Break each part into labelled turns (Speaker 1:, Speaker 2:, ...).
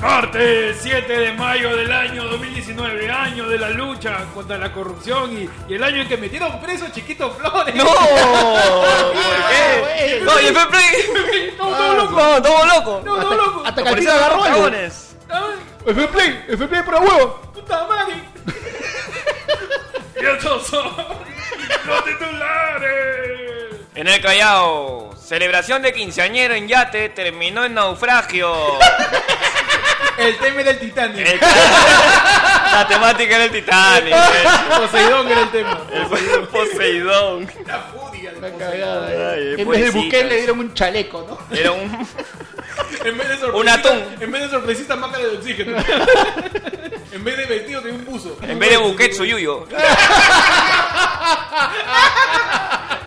Speaker 1: Martes 7 de mayo del año 2019, año de la lucha contra la corrupción y, y el año en que metieron preso a Chiquito Flores.
Speaker 2: ¡No! ¿Por qué? No, y el Play.
Speaker 1: No, todo loco.
Speaker 2: No, todo loco.
Speaker 1: No, todo loco.
Speaker 3: Hasta Calcita agarró algo.
Speaker 2: Cagones.
Speaker 1: Ay,
Speaker 3: FPlay, FPlay para huevo.
Speaker 1: puta madre. y estos son los titulares.
Speaker 2: En el Callao, celebración de quinceañero en yate terminó en naufragio.
Speaker 1: El tema era el Titanic.
Speaker 2: El- La temática era el Titanic.
Speaker 1: Poseidón era el tema.
Speaker 2: El Poseidón.
Speaker 1: La furia de
Speaker 3: Una
Speaker 1: Poseidón.
Speaker 3: cagada,
Speaker 2: Ay,
Speaker 3: eh. En vez de
Speaker 2: poesitas.
Speaker 3: Bukele le dieron un chaleco, ¿no?
Speaker 2: Era un
Speaker 1: En vez de
Speaker 2: Un
Speaker 1: sorpresista,
Speaker 2: atún.
Speaker 1: en vez de sorpresista, mácala de oxígeno. en vez de vestido, tenía un buzo.
Speaker 2: en vez de buquet suyuyo.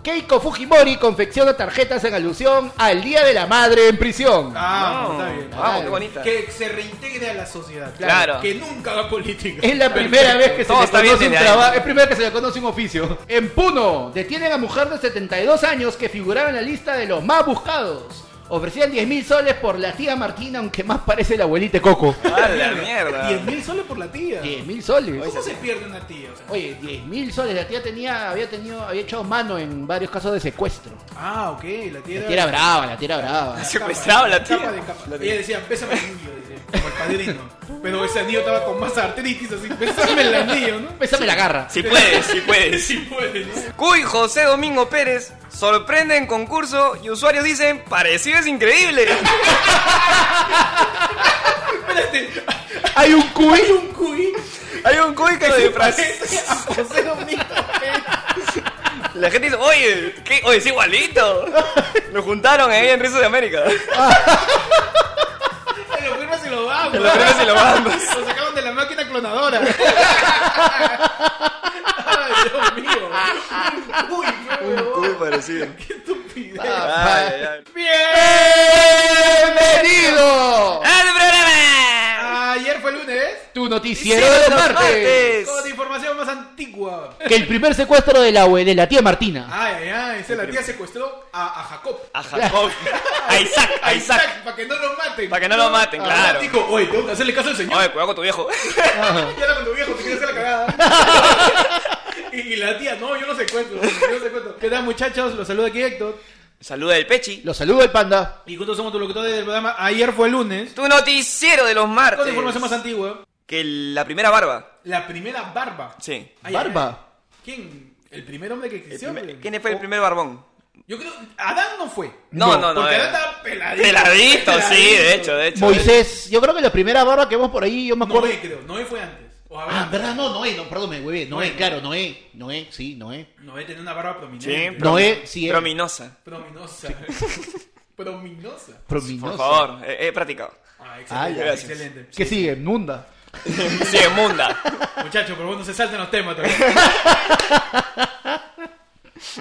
Speaker 3: Keiko Fujimori confecciona tarjetas en alusión al Día de la Madre en prisión.
Speaker 1: Ah,
Speaker 2: No.
Speaker 1: está bien.
Speaker 2: Vamos, qué bonita.
Speaker 1: Que se reintegre a la sociedad.
Speaker 2: Claro.
Speaker 1: Que nunca haga política.
Speaker 3: Es la primera vez que se
Speaker 2: Todo
Speaker 3: le
Speaker 2: está bien
Speaker 3: conoce un
Speaker 2: desde ahí.
Speaker 3: trabajo, es la primera vez que se le conoce un oficio. En Puno, detienen a mujer de 72 años que figuraba en la lista de los más buscados. Ofrecían 10 mil soles por la tía Martina, aunque más parece la abuelita Coco.
Speaker 2: A la mierda.
Speaker 1: 10 mil soles por la tía.
Speaker 3: 10 mil soles.
Speaker 1: ¿Cómo se pierde una tía? O sea,
Speaker 3: Oye, 10 mil soles. La tía tenía, había tenido, había echado mano en varios casos de secuestro.
Speaker 1: ah, ok, la tía
Speaker 3: La tía era brava, la tía era brava.
Speaker 2: Secuestraba la tía.
Speaker 1: Capa de capa. Ella decía, pésame el anillo, decía, como el padrino. Pero ese anillo estaba con más artritis, así, pésame el anillo, ¿no?
Speaker 3: Pésame la garra.
Speaker 2: Si puedes, si puedes.
Speaker 1: Sí puede, ¿no?
Speaker 2: Cuy José Domingo Pérez sorprende en concurso y usuarios dicen, parecido es increíble.
Speaker 1: Espérate,
Speaker 3: Hay un cuy.
Speaker 1: hay un cuy
Speaker 2: Hay un Cuy
Speaker 1: que
Speaker 2: que se
Speaker 1: se
Speaker 2: frase.
Speaker 1: parece a José Domingo Pérez.
Speaker 2: La gente dice, oye, ¿qué? oye, es igualito. Nos juntaron ahí en Rizos de América.
Speaker 1: Se lo firmas y lo vamos.
Speaker 2: Lo primero si lo vamos.
Speaker 1: Lo sacaron de la máquina clonadora. Ay, Dios mío. Uy, qué huevón,
Speaker 2: Cuy parecido.
Speaker 1: qué estupidez.
Speaker 2: Ah. Ay, ay.
Speaker 3: ¡Bienvenido!
Speaker 2: ¡El programa!
Speaker 1: Ayer fue lunes.
Speaker 3: Tu noticiero de los martes.
Speaker 1: Con información más antigua.
Speaker 3: Que el primer secuestro de la, abue- de la tía Martina.
Speaker 1: Ay, ay, ay. ese la tía secuestró a, a Jacob.
Speaker 2: A Jacob. A Isaac, a Isaac.
Speaker 1: Para que no lo maten.
Speaker 2: Para que no lo maten,
Speaker 1: Ah,
Speaker 2: claro.
Speaker 1: Dijo, oye, tengo que hacerle caso al señor.
Speaker 2: Oye, cuidado con tu viejo.
Speaker 1: Ya era con tu viejo, te quería hacer la cagada. y, y la tía, no, yo no secuestro. Yo no secuestro. ¿Qué tal, muchachos? Los saluda aquí Héctor.
Speaker 2: Saluda el Pechi.
Speaker 3: Los saludo el panda.
Speaker 1: Y juntos somos tu locutores del programa. Ayer fue lunes.
Speaker 2: Tu noticiero de los
Speaker 1: Con
Speaker 2: martes.
Speaker 1: información más antigua.
Speaker 2: Que la primera barba.
Speaker 1: La primera barba.
Speaker 2: Sí.
Speaker 1: Ay,
Speaker 3: Barba.
Speaker 1: ay, ay. ¿Quién? ¿El primer hombre que
Speaker 2: El
Speaker 1: existió?
Speaker 2: primer-
Speaker 1: hombre?
Speaker 2: ¿Quién fue el
Speaker 1: O-
Speaker 2: primer barbón?
Speaker 1: Yo creo. Adán no fue.
Speaker 2: No, no, eh. no,
Speaker 1: Porque
Speaker 2: era.
Speaker 1: Adán estaba peladito.
Speaker 2: Peladito, sí,
Speaker 1: Peladito.
Speaker 2: de hecho, de hecho.
Speaker 3: Moisés, yo creo que la primera barra que vemos por ahí, yo me acuerdo.
Speaker 1: Noé, creo. Noé fue antes. O
Speaker 3: Ah, en
Speaker 1: Abraham.
Speaker 3: verdad, no, Noé, no, perdón, me huevé. Noé,
Speaker 1: Noé.
Speaker 3: claro, Noé. Noé, sí, Noé.
Speaker 1: Noé tenía una barba
Speaker 2: Sí,
Speaker 1: prominente.
Speaker 2: pro-
Speaker 3: Noé, sí, eh.
Speaker 2: Prominosa.
Speaker 1: Prominosa. Prominosa.
Speaker 2: Por
Speaker 3: Prominosa.
Speaker 2: favor, he, he practicado.
Speaker 1: Ah,
Speaker 3: Ah,
Speaker 1: excelente.
Speaker 3: ya.
Speaker 1: excelente.
Speaker 3: ¿Qué sigue? Nunda.
Speaker 2: Sí, inmunda.
Speaker 1: Muchachos, por vos no se salten los temas todavía.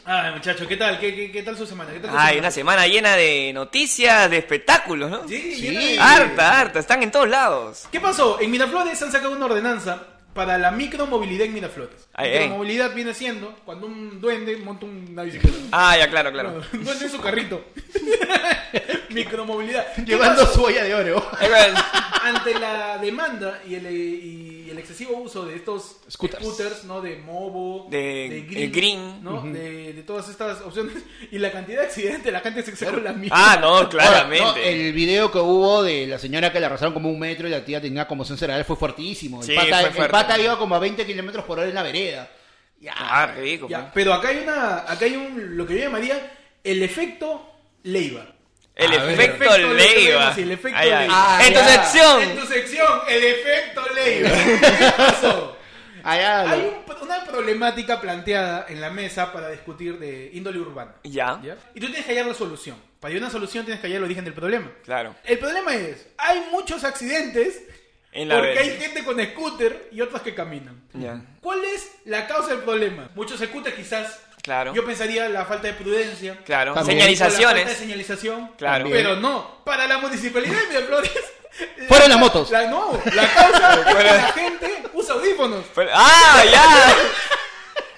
Speaker 1: Ay, muchachos, ¿qué tal? ¿Qué, qué, qué tal su semana? ¿Qué tal su
Speaker 2: Ay, una
Speaker 1: semana?
Speaker 2: semana llena de noticias, de espectáculos, ¿no?
Speaker 1: Sí,
Speaker 3: Sí.
Speaker 1: llena de-
Speaker 2: Harta, harta, están en todos lados.
Speaker 1: ¿Qué pasó? En Miraflores han sacado una ordenanza para la micromovilidad en Miraflores.
Speaker 2: Ay, ay.
Speaker 1: micromovilidad viene siendo cuando un duende monta una bicicleta.
Speaker 2: Ah, ya, claro, claro.
Speaker 1: Un duende en su carrito. micromovilidad. ¿Qué
Speaker 3: Llevando
Speaker 1: pasó?
Speaker 3: su olla de oro.
Speaker 2: Eh, bueno,
Speaker 1: Ante la demanda y el, eh, y el excesivo uso de estos
Speaker 3: Scooters.
Speaker 1: scooters, ¿no? De Movo,
Speaker 2: De- el Green.
Speaker 1: ¿no? de, de todas estas opciones. Y la cantidad de accidentes, la gente se se con la mierda.
Speaker 2: Ah, no,
Speaker 3: Ahora, no,
Speaker 2: claramente.
Speaker 3: el video que hubo de la señora que la arrasaron como un metro y la tía tenía como cerebral fue fuertísimo. El,
Speaker 2: Sí,
Speaker 3: pata,
Speaker 2: fue
Speaker 3: el
Speaker 2: fuerte.
Speaker 3: pata iba como a 20 kilómetros por hora en la vereda. Ya.
Speaker 2: Ah, rico.
Speaker 1: Ya, pero acá hay una, acá hay un, lo que yo llamaría el efecto Leiva.
Speaker 2: El
Speaker 3: A ver.
Speaker 2: efecto
Speaker 1: Efecto
Speaker 2: Leiva.
Speaker 1: Leiva, sí, el efecto
Speaker 2: Ay, ay.
Speaker 3: Leiva. Ah,
Speaker 2: En tu
Speaker 3: ya.
Speaker 1: En tu
Speaker 2: sección.
Speaker 1: sección, el efecto Leiva. ¿Qué pasó?
Speaker 3: Allá,
Speaker 1: Hay un pro- una problemática planteada en la mesa para discutir de índole urbana.
Speaker 2: Ya,
Speaker 1: ¿ya? Y tú tienes que hallar la solución. Para hallar una solución tienes que hallar el origen del problema.
Speaker 2: claro.
Speaker 1: El problema es, hay muchos accidentes
Speaker 2: En la
Speaker 1: porque
Speaker 2: vereda.
Speaker 1: hay gente con scooter y otras que caminan.
Speaker 2: Ya,
Speaker 1: ¿Cuál es la causa del problema? Muchos scooters quizás.
Speaker 2: Claro.
Speaker 1: Yo pensaría la falta de prudencia.
Speaker 2: claro.
Speaker 3: También.
Speaker 1: Por la falta de
Speaker 2: Señalizaciones.
Speaker 1: señalización.
Speaker 2: Claro.
Speaker 1: Pero no, para la municipalidad de Miraflores. la-
Speaker 3: Fueron las motos.
Speaker 1: la- no, la causa es que
Speaker 2: Fueron-
Speaker 1: la gente usa audífonos.
Speaker 2: Pero- Ah, ya.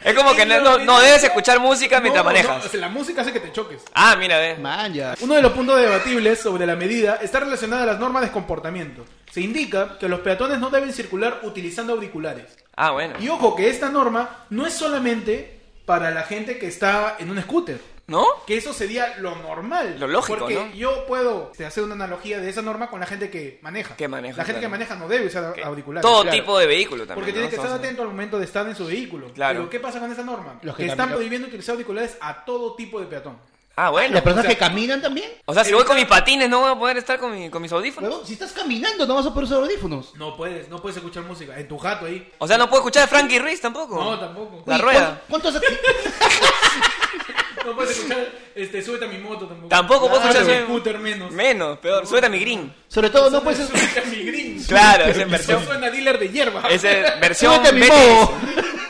Speaker 2: Es como que no, no- no debes escuchar música mientras
Speaker 1: No, no,
Speaker 2: manejas.
Speaker 1: o sea, la música hace que te choques.
Speaker 2: Ah, mira, ve.
Speaker 3: Man, ya.
Speaker 1: Uno de los puntos debatibles sobre la medida está relacionado a las normas de comportamiento. Se indica que los peatones no deben circular utilizando auriculares.
Speaker 2: Ah, bueno.
Speaker 1: Y ojo que esta norma no es solamente para la gente que está en un scooter.
Speaker 2: ¿No?
Speaker 1: Que eso sería lo normal.
Speaker 2: Lo lógico,
Speaker 1: Porque
Speaker 2: ¿no?
Speaker 1: yo puedo este, hacer una analogía de esa norma con la gente que maneja.
Speaker 2: Que maneja,
Speaker 1: La gente
Speaker 2: claro.
Speaker 1: que maneja no debe usar auriculares.
Speaker 2: Todo
Speaker 1: claro.
Speaker 2: tipo de vehículo también.
Speaker 1: Porque
Speaker 2: ¿no?
Speaker 1: tiene que estar
Speaker 2: Estamos-
Speaker 1: atento al momento de estar en su vehículo.
Speaker 2: Claro.
Speaker 1: Pero ¿qué pasa con esa norma?
Speaker 3: Los que
Speaker 1: que están
Speaker 3: caminan.
Speaker 1: prohibiendo utilizar auriculares a todo tipo de peatón.
Speaker 2: Ah, bueno.
Speaker 3: ¿Las personas
Speaker 1: o sea-
Speaker 3: que caminan también?
Speaker 2: O sea, si voy con mis patines no voy a poder estar con, mi- con mis audífonos.
Speaker 3: Huevón, si estás caminando no vas a poder usar audífonos.
Speaker 1: No puedes, no puedes escuchar música. En tu jato ahí.
Speaker 2: O sea, no puedo escuchar a Frankie Ruiz tampoco.
Speaker 1: No, tampoco.
Speaker 2: La
Speaker 3: Uy,
Speaker 2: rueda.
Speaker 3: ¿cuánto- ¿Cuántos acti-
Speaker 1: No puedes escuchar, este, súbete a mi moto tampoco.
Speaker 2: Tampoco puedo
Speaker 1: Claro,
Speaker 2: escuchar-
Speaker 1: scooter menos.
Speaker 2: Menos, peor. Súbete a mi green.
Speaker 3: Sobre todo no puedes...
Speaker 1: Súbete a mi green.
Speaker 2: Claro, esa es
Speaker 1: Y
Speaker 2: versión.
Speaker 1: suena dealer de hierba.
Speaker 2: Esa es versión.
Speaker 3: Súbete a mi
Speaker 2: BTS.
Speaker 3: modo.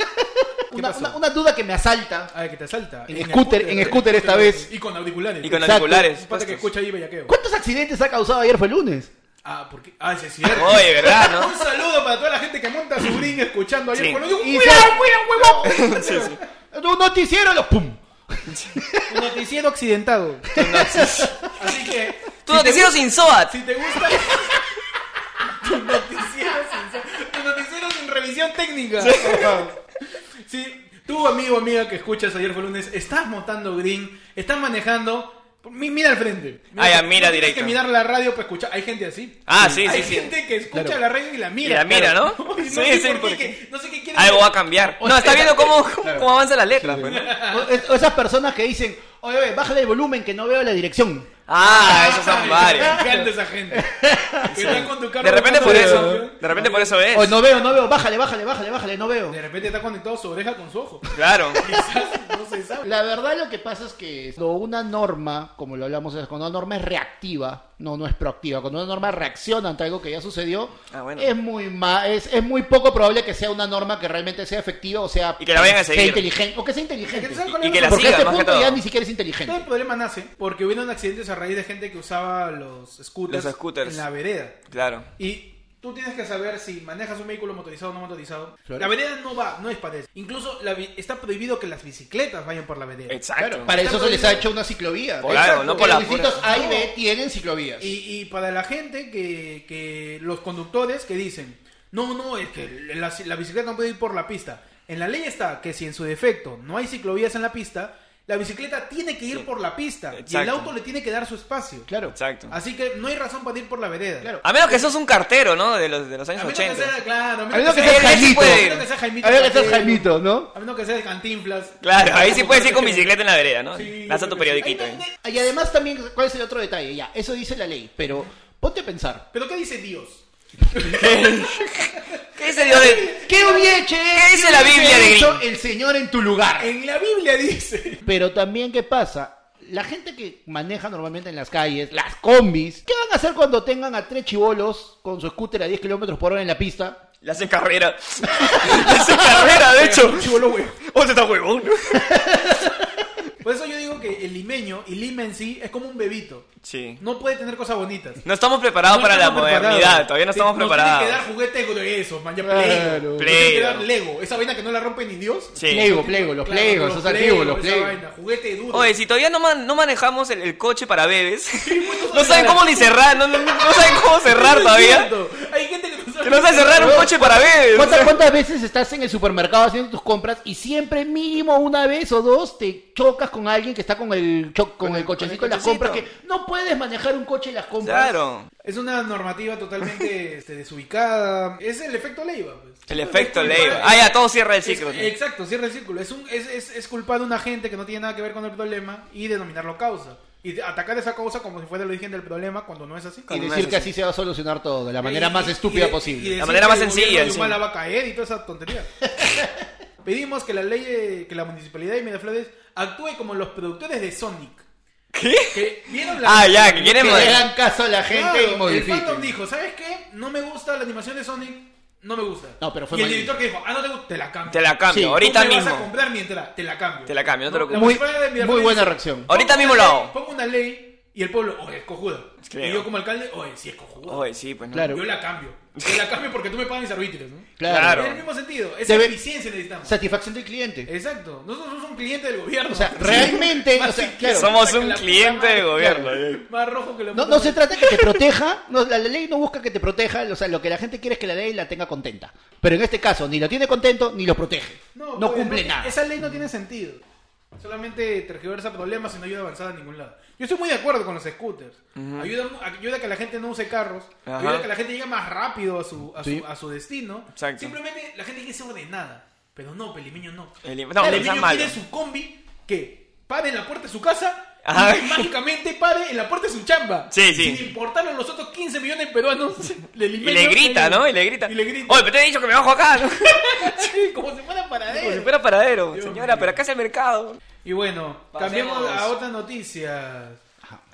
Speaker 1: ¿Qué
Speaker 3: Una,
Speaker 1: pasó?
Speaker 3: una- una duda que me asalta.
Speaker 1: Ah, que te salta.
Speaker 3: En scooter, en scooter esta vez.
Speaker 1: Y con auriculares.
Speaker 2: Y con
Speaker 3: Exacto.
Speaker 2: auriculares. pues.
Speaker 1: Un pata que escucha ahí bellaqueo.
Speaker 3: ¿Cuántos accidentes ha causado ayer fue el lunes?
Speaker 1: Ah, porque. Ah, sí, es cierto.
Speaker 2: Oye, ¿verdad, no?
Speaker 1: Un saludo para toda la gente que monta su green escuchando ayer.
Speaker 2: Sí.
Speaker 1: Por lo digo,
Speaker 3: Y
Speaker 1: ¡cuidado,
Speaker 3: se-
Speaker 1: cuidado, huevón!
Speaker 3: Un noticiero, los pum.
Speaker 1: Un Noticiero accidentado. Así que.
Speaker 2: Tu noticiero sin SOAT.
Speaker 1: Si te gusta. Tu noticiero sin, tu noticiero sin revisión técnica. Si tú, amigo amiga que escuchas ayer fue lunes, estás montando green, estás manejando. mi- Mira al frente.
Speaker 2: Ah, ya,
Speaker 1: No
Speaker 2: mira
Speaker 1: tienes
Speaker 2: directo.
Speaker 1: que mirar la radio para escuchar. Hay gente así.
Speaker 2: Ah, sí,
Speaker 1: Hay
Speaker 2: sí, sí.
Speaker 1: gente que escucha la radio y la mira.
Speaker 2: Y la mira,
Speaker 1: claro.
Speaker 2: ¿no?
Speaker 1: Y
Speaker 2: Sí,
Speaker 1: sé
Speaker 2: sí,
Speaker 1: por qué,
Speaker 2: porque-
Speaker 1: que- no sé qué quieren.
Speaker 2: Algo va a cambiar. No, está viendo cómo, cómo, cómo avanza la letra. pues, ¿no?
Speaker 3: O- es- o esas personas que dicen, oye, oye, bájale el volumen que no veo la dirección.
Speaker 2: Ah, esos son
Speaker 1: Me
Speaker 2: varios.
Speaker 1: encanta esa gente. Que está con tu carro
Speaker 2: De repente por
Speaker 1: bajando
Speaker 2: eso.
Speaker 1: de-
Speaker 2: De repente por eso
Speaker 3: Oye,
Speaker 2: es.
Speaker 3: no veo, no veo, bájale, bájale, bájale, bájale, no veo.
Speaker 1: De repente está conectado su oreja con su ojo.
Speaker 2: Claro.
Speaker 1: Quizás no se sabe.
Speaker 3: La verdad lo que pasa es que cuando una norma, como lo hablamos, es cuando una norma es reactiva, no, no es proactiva, cuando una norma reacciona ante algo que ya sucedió,
Speaker 2: Ah, bueno.
Speaker 3: es muy ma es, es muy poco probable que sea una norma que realmente sea efectiva o sea
Speaker 2: Y que la vayan a
Speaker 3: sea
Speaker 2: seguir.
Speaker 3: inteligente o que sea inteligente.
Speaker 1: Que te salga
Speaker 2: Y que la
Speaker 3: Porque a
Speaker 2: siga,
Speaker 3: este
Speaker 2: más que
Speaker 3: punto
Speaker 2: todo.
Speaker 3: ya ni siquiera es
Speaker 1: Todo el
Speaker 3: inteligente.
Speaker 1: problema nace porque hubieron accidentes a raíz de gente que usaba los scooters,
Speaker 2: Los scooters.
Speaker 1: en la vereda.
Speaker 2: Claro.
Speaker 1: Y tú tienes que saber si manejas un vehículo motorizado o no motorizado.
Speaker 3: Claro.
Speaker 1: La vereda no va, no es para eso. Incluso la vi- está prohibido que las bicicletas vayan por la vereda.
Speaker 2: Exacto.
Speaker 3: Para eso se les ha
Speaker 1: prohibido.
Speaker 3: hecho una ciclovía.
Speaker 2: Por algo, no por la
Speaker 3: Los distritos
Speaker 2: pura.
Speaker 3: A y B tienen ciclovías.
Speaker 1: Y, y para la gente que, que los conductores que dicen, no, no, es que la, la bicicleta no puede ir por la pista. En la ley está que si en su defecto no hay ciclovías en la pista, la bicicleta tiene que ir por la pista y el
Speaker 2: Exacto.
Speaker 1: auto le tiene que dar su espacio.
Speaker 3: Claro.
Speaker 2: Exacto.
Speaker 1: Así que no hay razón para ir por la vereda.
Speaker 3: Claro.
Speaker 2: A menos que sos un cartero, ¿no? De los, de los
Speaker 1: A
Speaker 2: años
Speaker 1: menos que
Speaker 2: 80.
Speaker 1: sea, claro, a
Speaker 3: A menos
Speaker 1: menos
Speaker 3: que
Speaker 1: que sea
Speaker 3: seas
Speaker 2: Él- él sí
Speaker 3: Jaimito.
Speaker 2: puede
Speaker 1: a menos que
Speaker 2: ir.
Speaker 1: sea Jaimito.
Speaker 3: A ver que estás
Speaker 1: Cartero,
Speaker 3: Jaimito, ¿no?
Speaker 1: A menos que sea Cantinflas.
Speaker 2: Claro, ahí sí puedes ir con bicicleta en la vereda, ¿no?
Speaker 1: Sí,
Speaker 2: Lanza tu
Speaker 1: creo que sí.
Speaker 2: periodiquito.
Speaker 1: Ay,
Speaker 2: ahí.
Speaker 1: no, no.
Speaker 3: Y además también, ¿cuál es el otro detalle? Ya, eso dice la ley, pero ponte a pensar.
Speaker 1: Pero ¿qué dice Dios?
Speaker 2: ¿Qué dice Dios de-
Speaker 3: ¿Qué hubiese
Speaker 2: ¿Qué dice la Biblia de
Speaker 3: hecho
Speaker 2: Green?
Speaker 3: el Señor en tu lugar?
Speaker 1: En la Biblia dice.
Speaker 3: Eh, Pero también, ¿qué pasa? La gente que maneja normalmente en las calles, las combis, ¿qué van a hacer cuando tengan a tres chivolos con su scooter a 10 kilómetros por hora en la pista?
Speaker 2: Le hacen carrera. Le hacen carrera, de hecho.
Speaker 1: Chivolo, güey.
Speaker 2: ¿Dónde Oh, está huevón?
Speaker 1: Por eso yo digo que el limeño y Lima en sí es como un bebito.
Speaker 2: Sí.
Speaker 1: No puede tener cosas bonitas.
Speaker 2: No estamos preparados para la modernidad. Todavía no estamos preparados.
Speaker 1: Tiene que dar juguetes gruesos, man. Ya Plego. Nos
Speaker 3: Claro.
Speaker 2: Plego.
Speaker 1: tiene que dar Lego. Esa vaina que no la rompe ni Dios.
Speaker 2: Sí.
Speaker 3: Plego, plego, los
Speaker 1: Claro,
Speaker 3: plegos,
Speaker 1: los
Speaker 3: esos antiguos, los
Speaker 1: esa
Speaker 3: plegos.
Speaker 1: vaina, Juguete duro.
Speaker 2: Oye, si todavía no, man- no manejamos el, el coche para bebés,
Speaker 1: no
Speaker 2: no saben
Speaker 1: saben.
Speaker 2: cómo ni cerrar, no, no- no saben cómo cerrar
Speaker 1: Es
Speaker 2: todavía.
Speaker 1: cierto. Hay gente que no sabe.
Speaker 2: Que no sabe cerrar un coche para bebés.
Speaker 3: ¿Cuántas, cuántas veces estás en el supermercado haciendo tus compras y siempre mínimo una vez o dos te chocas con alguien que está con el, cho- con el cochecito en las
Speaker 2: cochecito.
Speaker 3: compras? Que no puedes manejar un coche en las compras.
Speaker 2: Claro.
Speaker 1: Es una normativa totalmente este, desubicada. Es el efecto Leiva. pues.
Speaker 2: El efecto Leiva. Ah, ya, todo cierra el
Speaker 1: Es-
Speaker 2: ciclo.
Speaker 1: exacto, cierra el círculo. Es, un, es, es, es culpar a una gente que no tiene nada que ver con el problema y denominarlo causa. Y de- atacar esa causa como si fuera el origen del problema cuando no es así.
Speaker 3: Y
Speaker 2: Con
Speaker 3: decir
Speaker 2: una
Speaker 3: que así se va a solucionar todo, de la manera
Speaker 1: Y-
Speaker 3: más
Speaker 1: y-
Speaker 3: estúpida
Speaker 1: y- y
Speaker 3: posible.
Speaker 1: decir
Speaker 2: manera
Speaker 1: que
Speaker 2: más
Speaker 1: el
Speaker 2: sencilla,
Speaker 1: gobierno de
Speaker 2: sí.
Speaker 1: Humala va a caer y toda esa tontería. Pedimos que la ley, de- que la municipalidad de Miraflores actúe como los productores de Sonic.
Speaker 2: ¿Qué?
Speaker 1: Que vieron la-
Speaker 2: Ah, ya, que quieren
Speaker 3: Que le
Speaker 2: moderar.
Speaker 3: hagan caso a la gente
Speaker 1: Claro,
Speaker 3: y
Speaker 1: el
Speaker 3: modifiquen.
Speaker 1: fandom dijo, ¿sabes qué? No me gusta la animación de Sonic, no me gusta.
Speaker 3: No, pero fue
Speaker 1: y el
Speaker 3: mal-
Speaker 1: editor que dijo, ah, no te gusta, te la cambio.
Speaker 2: Te la cambio,
Speaker 3: Sí.
Speaker 2: ahorita
Speaker 1: Tú me vas a
Speaker 2: mismo.
Speaker 1: comprar mi entrada, te la cambio.
Speaker 2: Te la cambio, no te
Speaker 1: No,
Speaker 2: preocupes.
Speaker 1: la
Speaker 3: Muy,
Speaker 1: municipalidad de Miraflores
Speaker 3: muy buena
Speaker 1: dice,
Speaker 3: reacción.
Speaker 2: Ahorita
Speaker 1: "Pongo
Speaker 2: mismo
Speaker 1: una
Speaker 2: lo
Speaker 1: ley-
Speaker 2: hago".
Speaker 1: Pongo una ley Y el pueblo, oye, es cojuda.
Speaker 2: Creo.
Speaker 1: Y yo como alcalde, oye, sí es cojuda.
Speaker 2: Oye, sí, pues no.
Speaker 3: Claro.
Speaker 1: Yo la cambio. Yo la cambio porque tú me pagas mis arbitrios, ¿no?
Speaker 3: Claro.
Speaker 1: En el mismo sentido, esa
Speaker 3: Debe-
Speaker 1: eficiencia necesitamos.
Speaker 3: Satisfacción del
Speaker 1: Eh,
Speaker 3: cliente.
Speaker 1: Exacto. Nosotros somos un cliente del gobierno.
Speaker 3: O sea, realmente, o sea, claro,
Speaker 2: Somos
Speaker 1: Puta que
Speaker 2: un
Speaker 1: la puta
Speaker 2: cliente
Speaker 1: madre,
Speaker 2: de gobierno.
Speaker 1: Más rojo que la
Speaker 3: No,
Speaker 1: puta
Speaker 3: no se
Speaker 1: madre.
Speaker 3: trata que te proteja, no, la, la ley no busca que te proteja, o sea, lo que la gente quiere es que la ley la tenga contenta. Pero en este caso, ni lo tiene contento, ni lo protege. No,
Speaker 1: pues,
Speaker 3: cumple nada.
Speaker 1: Esa ley no tiene sentido. Solamente tergiversa problemas y no ayuda a avanzar a ningún lado. Yo estoy muy de acuerdo con los scooters. ayuda, ayuda a que la gente no use carros.
Speaker 2: Ajá.
Speaker 1: Ayuda a que la gente llegue más rápido a su, a su,
Speaker 3: Sí.
Speaker 1: a su destino.
Speaker 2: Exacto.
Speaker 1: Simplemente la gente quiere ser ordenada. Pero no, Pelimeño no.
Speaker 2: El- no,
Speaker 1: Claro,
Speaker 2: no
Speaker 1: el
Speaker 2: seas
Speaker 1: niño
Speaker 2: malo.
Speaker 1: quiere su combi que pare en la puerta de su casa
Speaker 2: Ajá.
Speaker 1: y que mágicamente pare en la puerta de su chamba.
Speaker 2: Sí, sí.
Speaker 1: Sin importar a los otros 15 millones de peruanos.
Speaker 2: Y le grita, ¿no? Y le grita.
Speaker 1: Y le grita.
Speaker 2: Oye, pero te he dicho que me bajo acá. ¿no?
Speaker 1: Como si fuera
Speaker 2: Como si
Speaker 1: paradero.
Speaker 2: fuera paradero.
Speaker 1: Dios
Speaker 2: Señora,
Speaker 1: mío.
Speaker 2: pero acá es el mercado.
Speaker 1: Y bueno,
Speaker 2: Pasemos.
Speaker 1: cambiamos a otras noticias.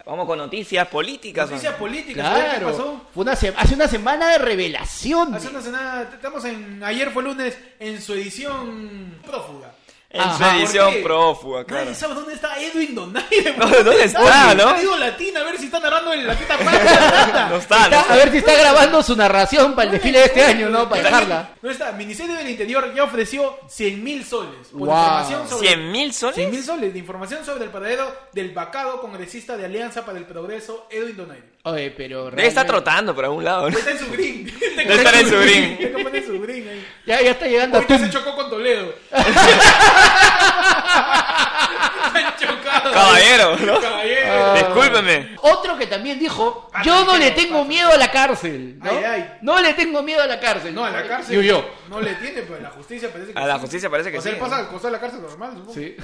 Speaker 2: Vamos con noticias políticas.
Speaker 1: Noticias
Speaker 2: ¿no?
Speaker 1: políticas. ¿sabes ¿Qué
Speaker 3: Claro,
Speaker 1: pasó?
Speaker 3: fue una se- hace una semana de revelación.
Speaker 1: Hace una semana, estamos en. Ayer fue lunes, en su edición prófuga.
Speaker 2: En su
Speaker 3: Ajá.
Speaker 2: edición
Speaker 1: Porque
Speaker 2: prófuga, Ah, claro.
Speaker 1: Nadie sabe dónde está Edwin Donaire.
Speaker 2: No, ¿dónde está, no?
Speaker 1: Radio Latina, a ver si está narrando en la teta pata.
Speaker 2: No está, no
Speaker 3: Está- a
Speaker 2: está.
Speaker 3: ver si está grabando su narración para el desfile de este año, ¿no? Para dejarla.
Speaker 1: No está. Ministerio del Interior ya ofreció 100 mil soles. Por
Speaker 3: Wow.
Speaker 1: información sobre...
Speaker 2: ¿Cien mil soles?
Speaker 1: 100.000 soles de información sobre el paradero del vacado congresista de Alianza para el Progreso, Edwin Donaire.
Speaker 3: Oye, pero
Speaker 2: Debe estar
Speaker 3: realmente-
Speaker 2: trotando por algún lado, ¿no?
Speaker 1: Está en su green. Está
Speaker 2: Debe estar en su green.
Speaker 1: Tiene que poner su green ahí.
Speaker 3: Ya, ya está llegando a
Speaker 1: Ahorita se
Speaker 3: Tum.
Speaker 1: chocó con Toledo. Se han chocado.
Speaker 2: Caballero, ¿no?
Speaker 1: Caballero.
Speaker 2: Ah. Discúlpeme.
Speaker 3: Otro que también dijo,
Speaker 1: Ah,
Speaker 3: yo no
Speaker 1: tranquilo,
Speaker 3: le tengo miedo a la cárcel, ¿no?
Speaker 1: Ay, ay.
Speaker 3: No le tengo miedo a la cárcel.
Speaker 1: No, a la cárcel.
Speaker 3: Y huyó.
Speaker 1: No le tiene, pero la justicia parece que
Speaker 2: A la
Speaker 1: sí.
Speaker 2: justicia parece que
Speaker 1: O sea,
Speaker 2: sí,
Speaker 1: él pasa
Speaker 2: ¿no?
Speaker 1: al costado de la cárcel normal, supongo.
Speaker 3: Sí.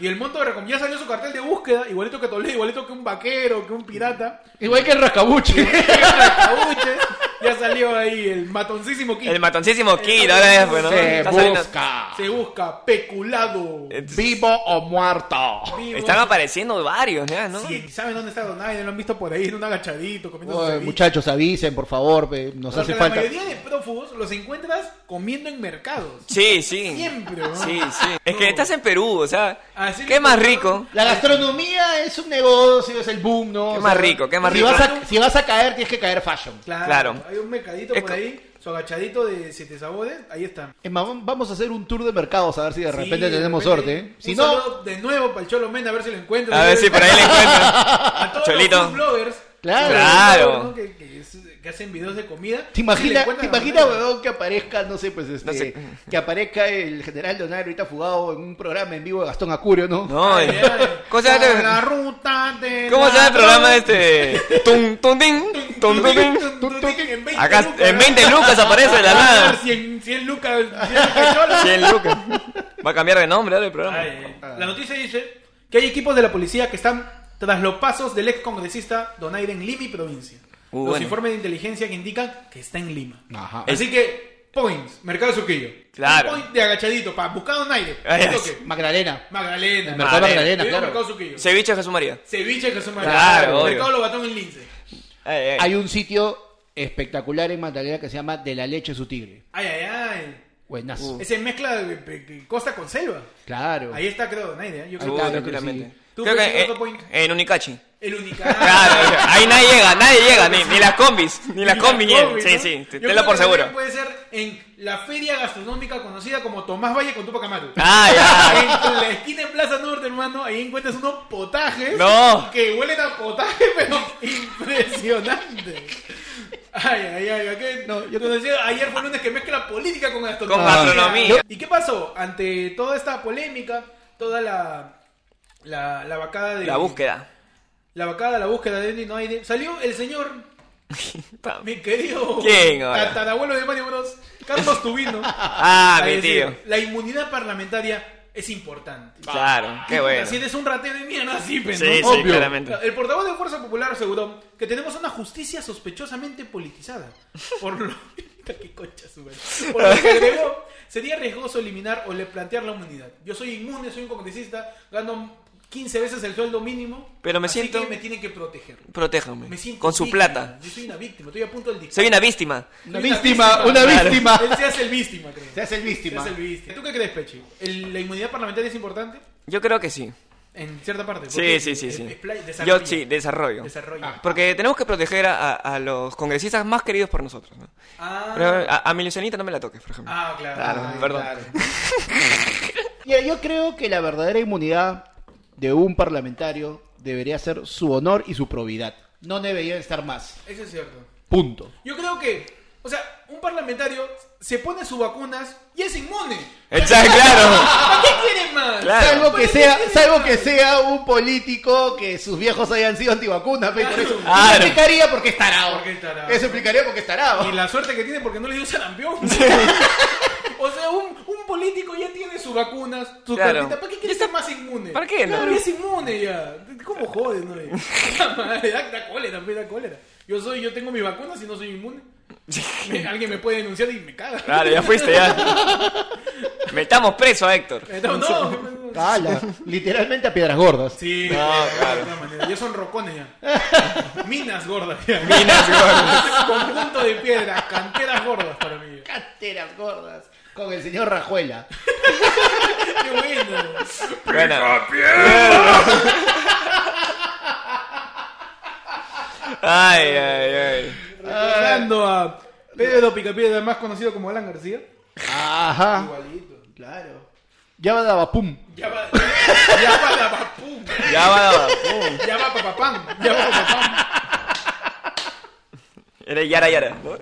Speaker 1: Y el monto de recom- ya salió su cartel de búsqueda, igualito que Toledo, igualito que un vaquero, que un pirata. Este
Speaker 3: Igual que el rascabuche.
Speaker 1: Cabuche. ya salió ahí el matoncísimo Kid.
Speaker 2: El matoncísimo Kid, ahora es, bueno.
Speaker 3: Se
Speaker 2: está saliendo-
Speaker 3: busca.
Speaker 1: Se busca peculado.
Speaker 2: Eh,
Speaker 3: Vivo o muerto.
Speaker 1: Vivo.
Speaker 2: Están apareciendo varios, ya, ¿no?
Speaker 1: Sí, ¿Saben dónde está Donaire? Lo han visto por ahí en un agachadito comiendo
Speaker 3: Oye,
Speaker 1: ceviche.
Speaker 3: muchachos, avisen, por favor, pe, nos
Speaker 1: Porque
Speaker 3: hace
Speaker 1: la
Speaker 3: falta.
Speaker 1: mayoría de prófugos los encuentras comiendo en mercados.
Speaker 2: Sí, sí.
Speaker 1: Siempre, ¿no?
Speaker 2: Sí, sí. Ah. Es que
Speaker 1: No.
Speaker 2: estás en Perú, o sea,
Speaker 1: Así
Speaker 2: ¿qué
Speaker 1: lo-
Speaker 2: más rico?
Speaker 3: La gastronomía es un negocio, es el boom, ¿no?
Speaker 2: Qué
Speaker 3: O
Speaker 2: más
Speaker 3: sea,
Speaker 2: rico, qué más
Speaker 3: si
Speaker 2: rico.
Speaker 3: Vas a, si vas a caer, tienes que caer fashion.
Speaker 1: Claro.
Speaker 2: Claro.
Speaker 1: Hay un mercadito
Speaker 2: Es
Speaker 1: por
Speaker 2: co-
Speaker 1: ahí, su agachadito de siete sabores, ahí está.
Speaker 3: Es más, vamos a hacer un tour de mercados a ver si de repente
Speaker 1: Sí, de
Speaker 3: tenemos
Speaker 1: repente,
Speaker 3: suerte. ¿eh?
Speaker 1: un
Speaker 3: Si no,
Speaker 1: saludo de nuevo para el Cholo Mena, a ver si lo encuentro.
Speaker 2: A ver si por ahí le encuentran.
Speaker 1: A todos
Speaker 2: Cholito.
Speaker 1: los food bloggers.
Speaker 3: Claro.
Speaker 2: Claro.
Speaker 1: ¿no? Que, que es- que hacen videos de comida.
Speaker 3: ¿Te
Speaker 1: si le
Speaker 3: imaginas,
Speaker 1: encuentran
Speaker 3: ¿te
Speaker 1: la
Speaker 3: imaginas,
Speaker 1: manera.
Speaker 3: weón, que aparezca, no sé, pues este,
Speaker 2: No sé.
Speaker 3: que aparezca el general Donaire ahorita fugado en un programa en vivo de Gastón Acurio, ¿no?
Speaker 2: No, eh.
Speaker 1: Ay, ay.
Speaker 2: ¿cómo se
Speaker 1: Por la
Speaker 2: llama, este
Speaker 1: ruta de
Speaker 2: ¿cómo se llama el
Speaker 1: la-
Speaker 2: programa este? Tum, tum, ting, tum, tum, ting.
Speaker 1: Tum, tum, ting, en 20
Speaker 2: Acá
Speaker 1: lucas.
Speaker 2: en 20 lucas aparece de la nada.
Speaker 1: 100, 100 lucas. 100 lucas solas.
Speaker 2: 100 lucas. Va a cambiar de nombre ahora el programa.
Speaker 1: Ay, ay. La noticia dice que hay equipos de la policía que están tras los pasos del ex congresista Donaire en Lima y provincia.
Speaker 2: Uh,
Speaker 1: los
Speaker 2: bueno.
Speaker 1: informes de inteligencia que indican que está en Lima.
Speaker 3: Ajá.
Speaker 1: Así que, points, Mercado Suquillo.
Speaker 2: Claro.
Speaker 1: Un point de agachadito para buscar a Donaire.
Speaker 2: Ay, ay.
Speaker 1: Un toque.
Speaker 3: Magdalena.
Speaker 1: Magdalena.
Speaker 3: El mercado
Speaker 2: Magdalena.
Speaker 3: Magdalena,
Speaker 1: Yo digo
Speaker 3: claro.
Speaker 1: Mercado Suquillo.
Speaker 2: Ceviche de Jesús María.
Speaker 1: Ceviche Jesús María.
Speaker 2: Claro, obvio.
Speaker 1: Mercado Lobatón en Lince.
Speaker 2: Ay, ay.
Speaker 3: Hay un sitio espectacular en Magdalena que se llama De la leche su tigre.
Speaker 1: Ay, ay, ay.
Speaker 3: Buenazo.
Speaker 2: Uh.
Speaker 1: Ese mezcla de, de- de costa con selva.
Speaker 3: Claro.
Speaker 1: Ahí está, creo, Donaire. ¿eh? Yo
Speaker 2: Ahí
Speaker 1: creo
Speaker 2: está,
Speaker 3: claro que
Speaker 2: tranquilamente.
Speaker 3: sí.
Speaker 1: ¿Tú
Speaker 2: Creo
Speaker 1: crees que
Speaker 2: que
Speaker 1: otro
Speaker 2: en,
Speaker 1: point?
Speaker 2: en Unicachi.
Speaker 1: el único.
Speaker 2: Claro, o sea, ahí nadie llega, nadie llega, ni, ni las combis, ni las combis llegan.
Speaker 1: Kobe,
Speaker 2: Sí,
Speaker 1: ¿no?
Speaker 2: sí, te-
Speaker 1: Yo
Speaker 2: tenlo
Speaker 1: creo
Speaker 2: por
Speaker 1: que
Speaker 2: seguro.
Speaker 1: también Puede ser en la feria gastronómica conocida como Tomás Valle con Tupac Amaru.
Speaker 2: Ah, ya.
Speaker 1: En la esquina en Plaza Norte, hermano, ahí encuentras unos potajes
Speaker 2: No.
Speaker 1: que huelen a potaje, pero impresionante. Ay, ay, ay, ¿qué? No, yo te decía, ayer fue lunes que mezcla política con gastronomía.
Speaker 2: Con gastronomía.
Speaker 1: ¿Y qué pasó? Ante toda esta polémica, toda la la, la vacada de
Speaker 2: La búsqueda.
Speaker 1: la vacada, la búsqueda de Andy Noaide, salió el señor mi querido
Speaker 2: ¿Quién ahora?
Speaker 1: tatarabuelo de Mario Bros, Carlos Tubino.
Speaker 2: Ah,
Speaker 1: a
Speaker 2: mi
Speaker 1: decir,
Speaker 2: tío.
Speaker 1: La inmunidad parlamentaria es importante.
Speaker 2: Ah, Claro, qué bueno.
Speaker 1: Si eres un rateo de mierda, sí, pero
Speaker 2: Sí, sí,
Speaker 3: Obvio.
Speaker 2: claramente.
Speaker 1: El portavoz de Fuerza Popular aseguró que tenemos una justicia sospechosamente politizada. Por lo, ¿Qué concha su madre? Por lo que agregó, sería riesgoso eliminar o le plantear la inmunidad. Yo soy inmune, soy un congresista, gano 15 veces el sueldo mínimo.
Speaker 2: Pero me
Speaker 1: así
Speaker 2: siento-
Speaker 1: que me tienen que proteger.
Speaker 2: Protéjame.
Speaker 1: Me siento
Speaker 2: Con su
Speaker 1: víctima.
Speaker 2: plata.
Speaker 1: Yo soy una víctima, estoy a punto del dictador.
Speaker 2: Soy una víctima.
Speaker 3: Una víctima, una
Speaker 1: Claro.
Speaker 3: víctima.
Speaker 1: Él se hace el víctima, creo.
Speaker 3: Se hace el
Speaker 1: Se
Speaker 3: víctima.
Speaker 1: hace el víctima. ¿Tú qué crees, Pechi? ¿El- ¿La inmunidad parlamentaria es importante?
Speaker 2: Yo creo que sí.
Speaker 1: En cierta parte.
Speaker 2: Sí,
Speaker 1: porque
Speaker 2: sí, sí,
Speaker 1: es-
Speaker 2: sí.
Speaker 1: es play- desarrolla.
Speaker 2: Yo sí, desarrollo.
Speaker 1: Desarrollo.
Speaker 3: Ah.
Speaker 2: Porque tenemos que proteger a, a- a los congresistas más queridos por nosotros, ¿no?
Speaker 1: Ah.
Speaker 2: Pero a, a mi Lucianita no me la toques, por ejemplo.
Speaker 1: Ah, claro.
Speaker 2: Claro,
Speaker 1: Ay,
Speaker 2: perdón.
Speaker 3: Mira, yo creo que la verdadera inmunidad de un parlamentario debería ser su honor y su probidad. No deberían estar más.
Speaker 1: Eso es cierto.
Speaker 3: Punto.
Speaker 1: Yo creo que, o sea, un parlamentario se pone sus vacunas y es inmune.
Speaker 2: Exacto, claro.
Speaker 1: ¿Para qué quieren más?
Speaker 2: Claro.
Speaker 3: Salvo que
Speaker 1: ¿Para qué
Speaker 3: sea,
Speaker 1: quieren
Speaker 3: salvo
Speaker 1: más?
Speaker 3: que sea un político que sus viejos hayan sido antivacunas, pe, por eso.
Speaker 2: Claro.
Speaker 3: Eso explicaría porque es tarado.
Speaker 1: Porque es tarado.
Speaker 3: Eso explicaría porque es tarado.
Speaker 1: Y la suerte que tiene porque no le dio sarampión. o sea, un, un político ya tiene sus vacunas, sus
Speaker 2: Claro.
Speaker 1: cartitas. ¿Para qué quiere ser más inmune?
Speaker 2: ¿Para qué, no?
Speaker 1: Claro, es inmune ya. ¿Cómo jodes, no? La madre, da, da cólera, pues, da cólera. Yo soy, yo tengo mis vacunas y no soy inmune. Me- alguien me puede denunciar y me caga.
Speaker 2: Claro, ya fuiste, ya. Metamos preso a Héctor.
Speaker 1: Eh, No, no, no.
Speaker 3: Ala, literalmente a piedras gordas.
Speaker 1: Sí,
Speaker 2: No,
Speaker 1: de
Speaker 2: claro.
Speaker 1: alguna manera. Ya son rocones ya. Minas gordas ya.
Speaker 2: Minas gordas.
Speaker 1: Conjunto de piedras, canteras gordas para mí.
Speaker 3: Canteras gordas. Con el señor Rajuela.
Speaker 1: Qué bueno.
Speaker 2: Bueno. Ay, ay, ay.
Speaker 1: Recordando a Pedro Picapiedra, más conocido como Alan García.
Speaker 3: Ajá.
Speaker 1: Igualito.
Speaker 3: Claro. Ya va daba pum.
Speaker 1: Ya va, ya va la papum.
Speaker 2: Ya va,
Speaker 1: Ya va papapam. Ya va papapam.
Speaker 2: Era Yara Yara. ¿no?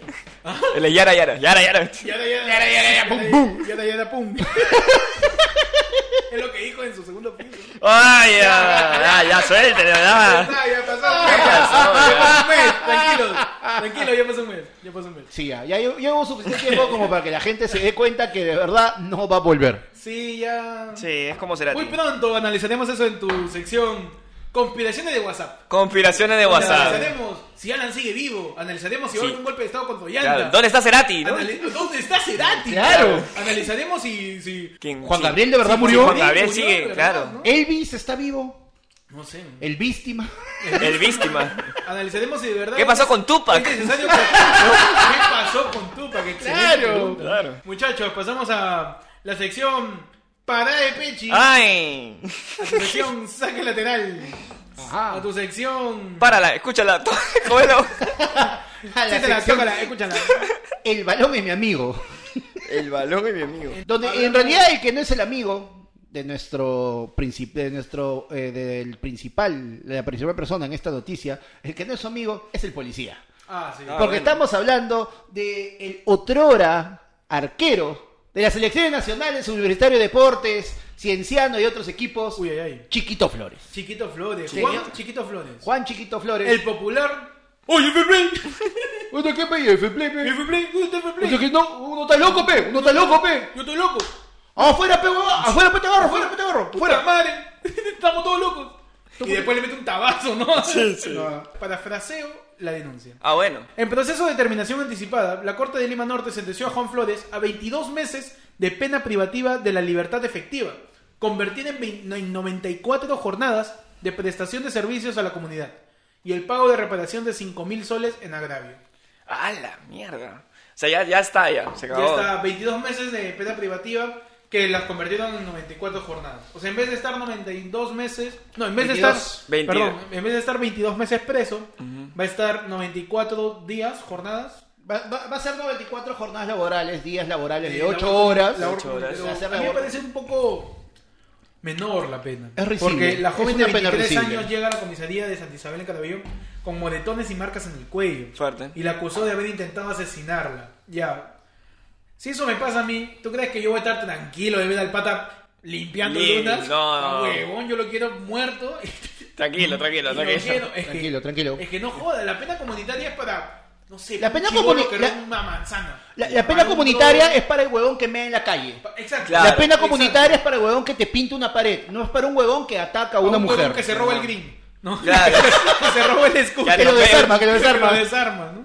Speaker 2: Era Yara Yara. Yara Yara.
Speaker 1: Ya da, ya da, ya da, ya pum, pum. Ya da, ya da, pum. Es lo que dijo en su segundo piso.
Speaker 2: Ay, ya, ya, ya suéltelo, ya.
Speaker 1: Ah, ya pasó. Ya pasó un mes. Tranquilo. Tranquilo, ya pasó un mes. Ya pasó un mes.
Speaker 3: Sí, ya, ya lle- llevo suficiente tiempo como para que la gente se dé cuenta que de verdad no va a volver.
Speaker 1: Sí, ya.
Speaker 2: Sí, es como será.
Speaker 1: Muy pronto analizaremos eso en tu sección Conspiraciones de WhatsApp.
Speaker 2: Conspiraciones de WhatsApp.
Speaker 1: Analizaremos si Alan sigue vivo. Analizaremos si
Speaker 2: Sí.
Speaker 1: va a haber un golpe de estado contra Ollanta.
Speaker 2: Claro, ¿Dónde está Cerati? no?
Speaker 1: Anali- ¿Dónde está Cerati?
Speaker 3: Claro.
Speaker 1: Analizaremos si. si...
Speaker 2: ¿Quién?
Speaker 3: Juan
Speaker 2: Sí.
Speaker 3: Gabriel de verdad
Speaker 1: si
Speaker 3: murió.
Speaker 2: Juan Gabriel
Speaker 1: murió,
Speaker 2: sigue,
Speaker 1: ¿verdad?
Speaker 2: claro.
Speaker 1: ¿No?
Speaker 3: Elvis está vivo.
Speaker 1: No sé.
Speaker 3: El víctima.
Speaker 2: El víctima.
Speaker 1: Analizaremos si de verdad.
Speaker 2: ¿Qué pasó con Tupac?
Speaker 1: Es necesario que- ¿Qué pasó con Tupac? Excelente
Speaker 3: Claro.
Speaker 1: pregunta.
Speaker 2: Claro.
Speaker 1: Muchachos, pasamos a la sección Pará de Pechi.
Speaker 2: Ah. Ay.
Speaker 1: A tu sección Saque Lateral. A
Speaker 3: Ajá.
Speaker 1: tu sección.
Speaker 2: Párala, escúchala. Cógelo.
Speaker 3: A la
Speaker 1: Siéntala,
Speaker 3: sección,
Speaker 1: tócala, escúchala.
Speaker 3: el balón es mi amigo.
Speaker 2: El balón es mi amigo.
Speaker 3: Donde
Speaker 1: A ver,
Speaker 3: en realidad el que no es el amigo de nuestro princip- de nuestro eh, del principal, de la principal persona en esta noticia, el que no es su amigo es el policía.
Speaker 1: Ah, sí.
Speaker 2: Ah,
Speaker 3: Porque
Speaker 2: bueno.
Speaker 3: estamos hablando de el otrora arquero de las selecciones nacionales, universitario de deportes, cienciano y otros equipos,
Speaker 1: Uy, ay, ay.
Speaker 3: Chiquito Flores.
Speaker 1: Chiquito Flores.
Speaker 3: Sí.
Speaker 1: Juan Chiquito Flores.
Speaker 3: Juan Chiquito Flores.
Speaker 1: El popular. ¡Oye, Feplay!
Speaker 3: ¿Uno qué pe? ¿Fe play,
Speaker 1: ¡Oye,
Speaker 3: pe?
Speaker 1: Feplay! ¡Oye,
Speaker 3: ¿Uno
Speaker 1: Feplay!
Speaker 3: que no? ¿Uno está loco, pe? ¿Uno está loco, pe?
Speaker 1: ¡Yo estoy loco!
Speaker 3: ¡Afuera, pe! huevón! ¡Afuera, pe! ¡Te agarro! ¡Afuera, pe! ¡Te agarro!
Speaker 1: ¡Fuera
Speaker 3: ¡Fuera!
Speaker 1: madre! ¡Estamos todos locos! Y después le mete un tabazo, ¿no? Sí, sí. Parafraseo la denuncia.
Speaker 2: Ah, bueno.
Speaker 1: En proceso de terminación anticipada, la Corte de Lima Norte sentenció a Juan Flores a 22 meses de pena privativa de la libertad efectiva, convertida en vein- en 94 jornadas de prestación de servicios a la comunidad y el pago de reparación de 5 mil soles en agravio.
Speaker 2: A la mierda. O sea, ya, ya está, ya. Se
Speaker 1: Ya
Speaker 2: acabó.
Speaker 1: está, 22 meses de pena privativa que las convirtieron en 94 jornadas. O sea, en vez de estar 92 meses, no, en vez
Speaker 3: 22,
Speaker 1: de
Speaker 2: 20.
Speaker 1: estar, perdón, en vez de estar 22 meses preso, va a estar 94 días, jornadas.
Speaker 3: Va, va- va a ser 94 jornadas laborales, días laborales de
Speaker 1: Eh,
Speaker 3: 8
Speaker 1: labor-
Speaker 3: horas.
Speaker 1: labor-
Speaker 2: Ocho horas.
Speaker 1: pero
Speaker 3: Va a ser
Speaker 1: a mí me
Speaker 3: labor-
Speaker 1: parece un poco menor la pena.
Speaker 3: Es risible,
Speaker 1: Porque la
Speaker 3: es
Speaker 1: joven de
Speaker 3: una pena
Speaker 1: 23
Speaker 3: risible.
Speaker 1: años llega a la comisaría de Santa Isabel en Caraballo con moretones y marcas en el cuello.
Speaker 2: Fuerte.
Speaker 1: Y la acusó de haber intentado asesinarla. Ya. Si eso me pasa a mí, ¿tú crees que yo voy a estar tranquilo de ver al pata limpiando
Speaker 2: Lim-
Speaker 1: lunas?
Speaker 2: no.
Speaker 1: Huevón, yo lo quiero muerto.
Speaker 2: Tranquilo,
Speaker 1: Y
Speaker 2: tranquilo,
Speaker 1: lo
Speaker 2: tranquilo.
Speaker 1: quiero- es que-
Speaker 3: Tranquilo, tranquilo.
Speaker 1: Es que no joda, la pena comunitaria es para. No sé,
Speaker 3: La pena
Speaker 1: un chibolo
Speaker 3: comuni-
Speaker 1: que
Speaker 3: la-
Speaker 1: roba una manzana.
Speaker 3: La, la pena
Speaker 1: Para un
Speaker 3: comunitaria
Speaker 1: robo-
Speaker 3: es para el huevón que mea en la calle.
Speaker 1: pa- Exacto.
Speaker 2: Claro.
Speaker 3: la pena
Speaker 1: Exacto.
Speaker 3: comunitaria es para el huevón que te pinta una pared. No es para un huevón que ataca a
Speaker 1: A
Speaker 3: una
Speaker 1: un
Speaker 3: mujer.
Speaker 1: huevón que se roba el green. ¿no?
Speaker 2: Claro.
Speaker 1: que se roba el escudo.
Speaker 2: Ya
Speaker 3: Que lo
Speaker 2: no veo.
Speaker 3: desarma, que lo
Speaker 1: desarma.
Speaker 3: desarma.
Speaker 1: desarma, ¿no?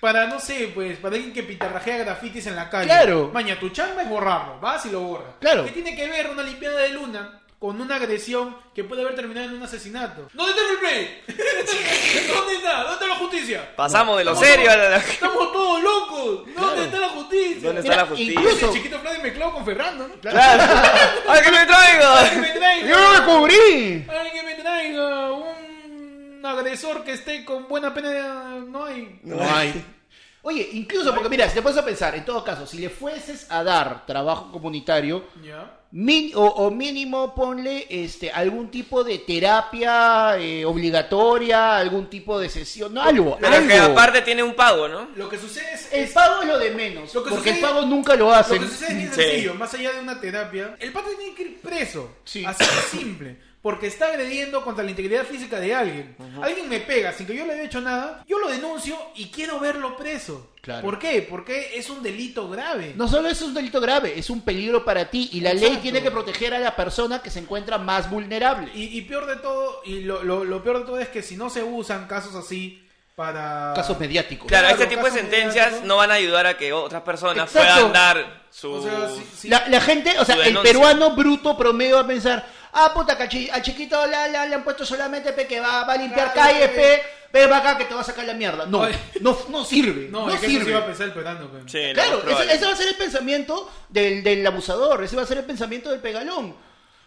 Speaker 1: Para, no sé, pues, para alguien que pintarrajea grafitis en la calle.
Speaker 3: Claro.
Speaker 1: Maña, tu chamba es borrarlo. Vas y lo borras.
Speaker 3: Claro.
Speaker 1: ¿Qué tiene que ver una limpiada de luna con una agresión que puede haber terminado en un asesinato? ¿Dónde está el play? ¿Dónde está? ¿Dónde está la justicia?
Speaker 2: Pasamos de lo
Speaker 1: Estamos
Speaker 2: serio a
Speaker 1: todos-
Speaker 2: la.
Speaker 1: Estamos todos locos. ¿Dónde está la justicia?
Speaker 2: ¿Dónde está
Speaker 3: Mira,
Speaker 2: la justicia?
Speaker 3: incluso-
Speaker 1: Ese chiquito Freddy mezclado con Ferrando, ¿no?
Speaker 2: Claro. ¡Ay, que me traigo!
Speaker 1: Me trae-
Speaker 3: ¡Yo lo descubrí!
Speaker 1: agresor que esté con buena pena no hay.
Speaker 3: No hay. Oye, incluso porque mira, si te pones a pensar, en todo caso, si le fueses a dar trabajo comunitario,
Speaker 1: Ya.
Speaker 3: min- o, o mínimo ponle este algún tipo de terapia eh, obligatoria, algún tipo de sesión, no, algo,
Speaker 2: Pero que
Speaker 3: algo.
Speaker 2: aparte tiene un pago, ¿no?
Speaker 1: Lo que sucede es.
Speaker 3: El pago es lo de menos,
Speaker 1: Lo que
Speaker 3: porque el
Speaker 1: sucede-
Speaker 3: pago nunca lo
Speaker 1: Lo
Speaker 3: hacen.
Speaker 1: que sucede es bien
Speaker 2: Sí.
Speaker 1: sencillo, más allá de una terapia, el pata tiene que ir preso.
Speaker 3: Sí.
Speaker 1: Así de simple. Porque está agrediendo contra la integridad física de alguien. Alguien me pega sin que yo le haya hecho nada, yo lo denuncio y quiero verlo preso.
Speaker 3: Claro.
Speaker 1: ¿Por qué? Porque es un delito grave.
Speaker 3: No solo es un delito grave, es un peligro para ti y la ley
Speaker 1: Exacto.
Speaker 3: tiene que proteger a la persona que se encuentra más vulnerable.
Speaker 1: Y, y peor de todo, y lo, lo- lo peor de todo es que si no se usan casos así para...
Speaker 3: Casos mediáticos.
Speaker 2: Claro,
Speaker 1: Claro,
Speaker 2: este tipo de
Speaker 1: caso
Speaker 2: sentencias
Speaker 1: mediático.
Speaker 2: no van a ayudar a que otras personas
Speaker 3: Exacto.
Speaker 2: puedan dar su...
Speaker 1: O sea, si- si-
Speaker 3: La, la gente, o sea,
Speaker 2: Su
Speaker 3: el
Speaker 2: denuncia.
Speaker 3: peruano bruto promedio va a pensar, ah, puta, que al chi- al chiquito la, la- le han puesto solamente pe, que va, va a limpiar
Speaker 1: Claro,
Speaker 3: calles,
Speaker 1: pe.
Speaker 3: pe, ve para acá que te va a sacar la mierda. No,
Speaker 1: Oye.
Speaker 3: no, no sirve, no,
Speaker 1: No, es que eso sí
Speaker 3: sirve.
Speaker 1: iba a pensar el peruano. pues.
Speaker 2: Sí, lo más
Speaker 3: claro, ese,
Speaker 2: probable.
Speaker 3: ese va a ser el pensamiento del, del abusador, ese va a ser el pensamiento del pegalón.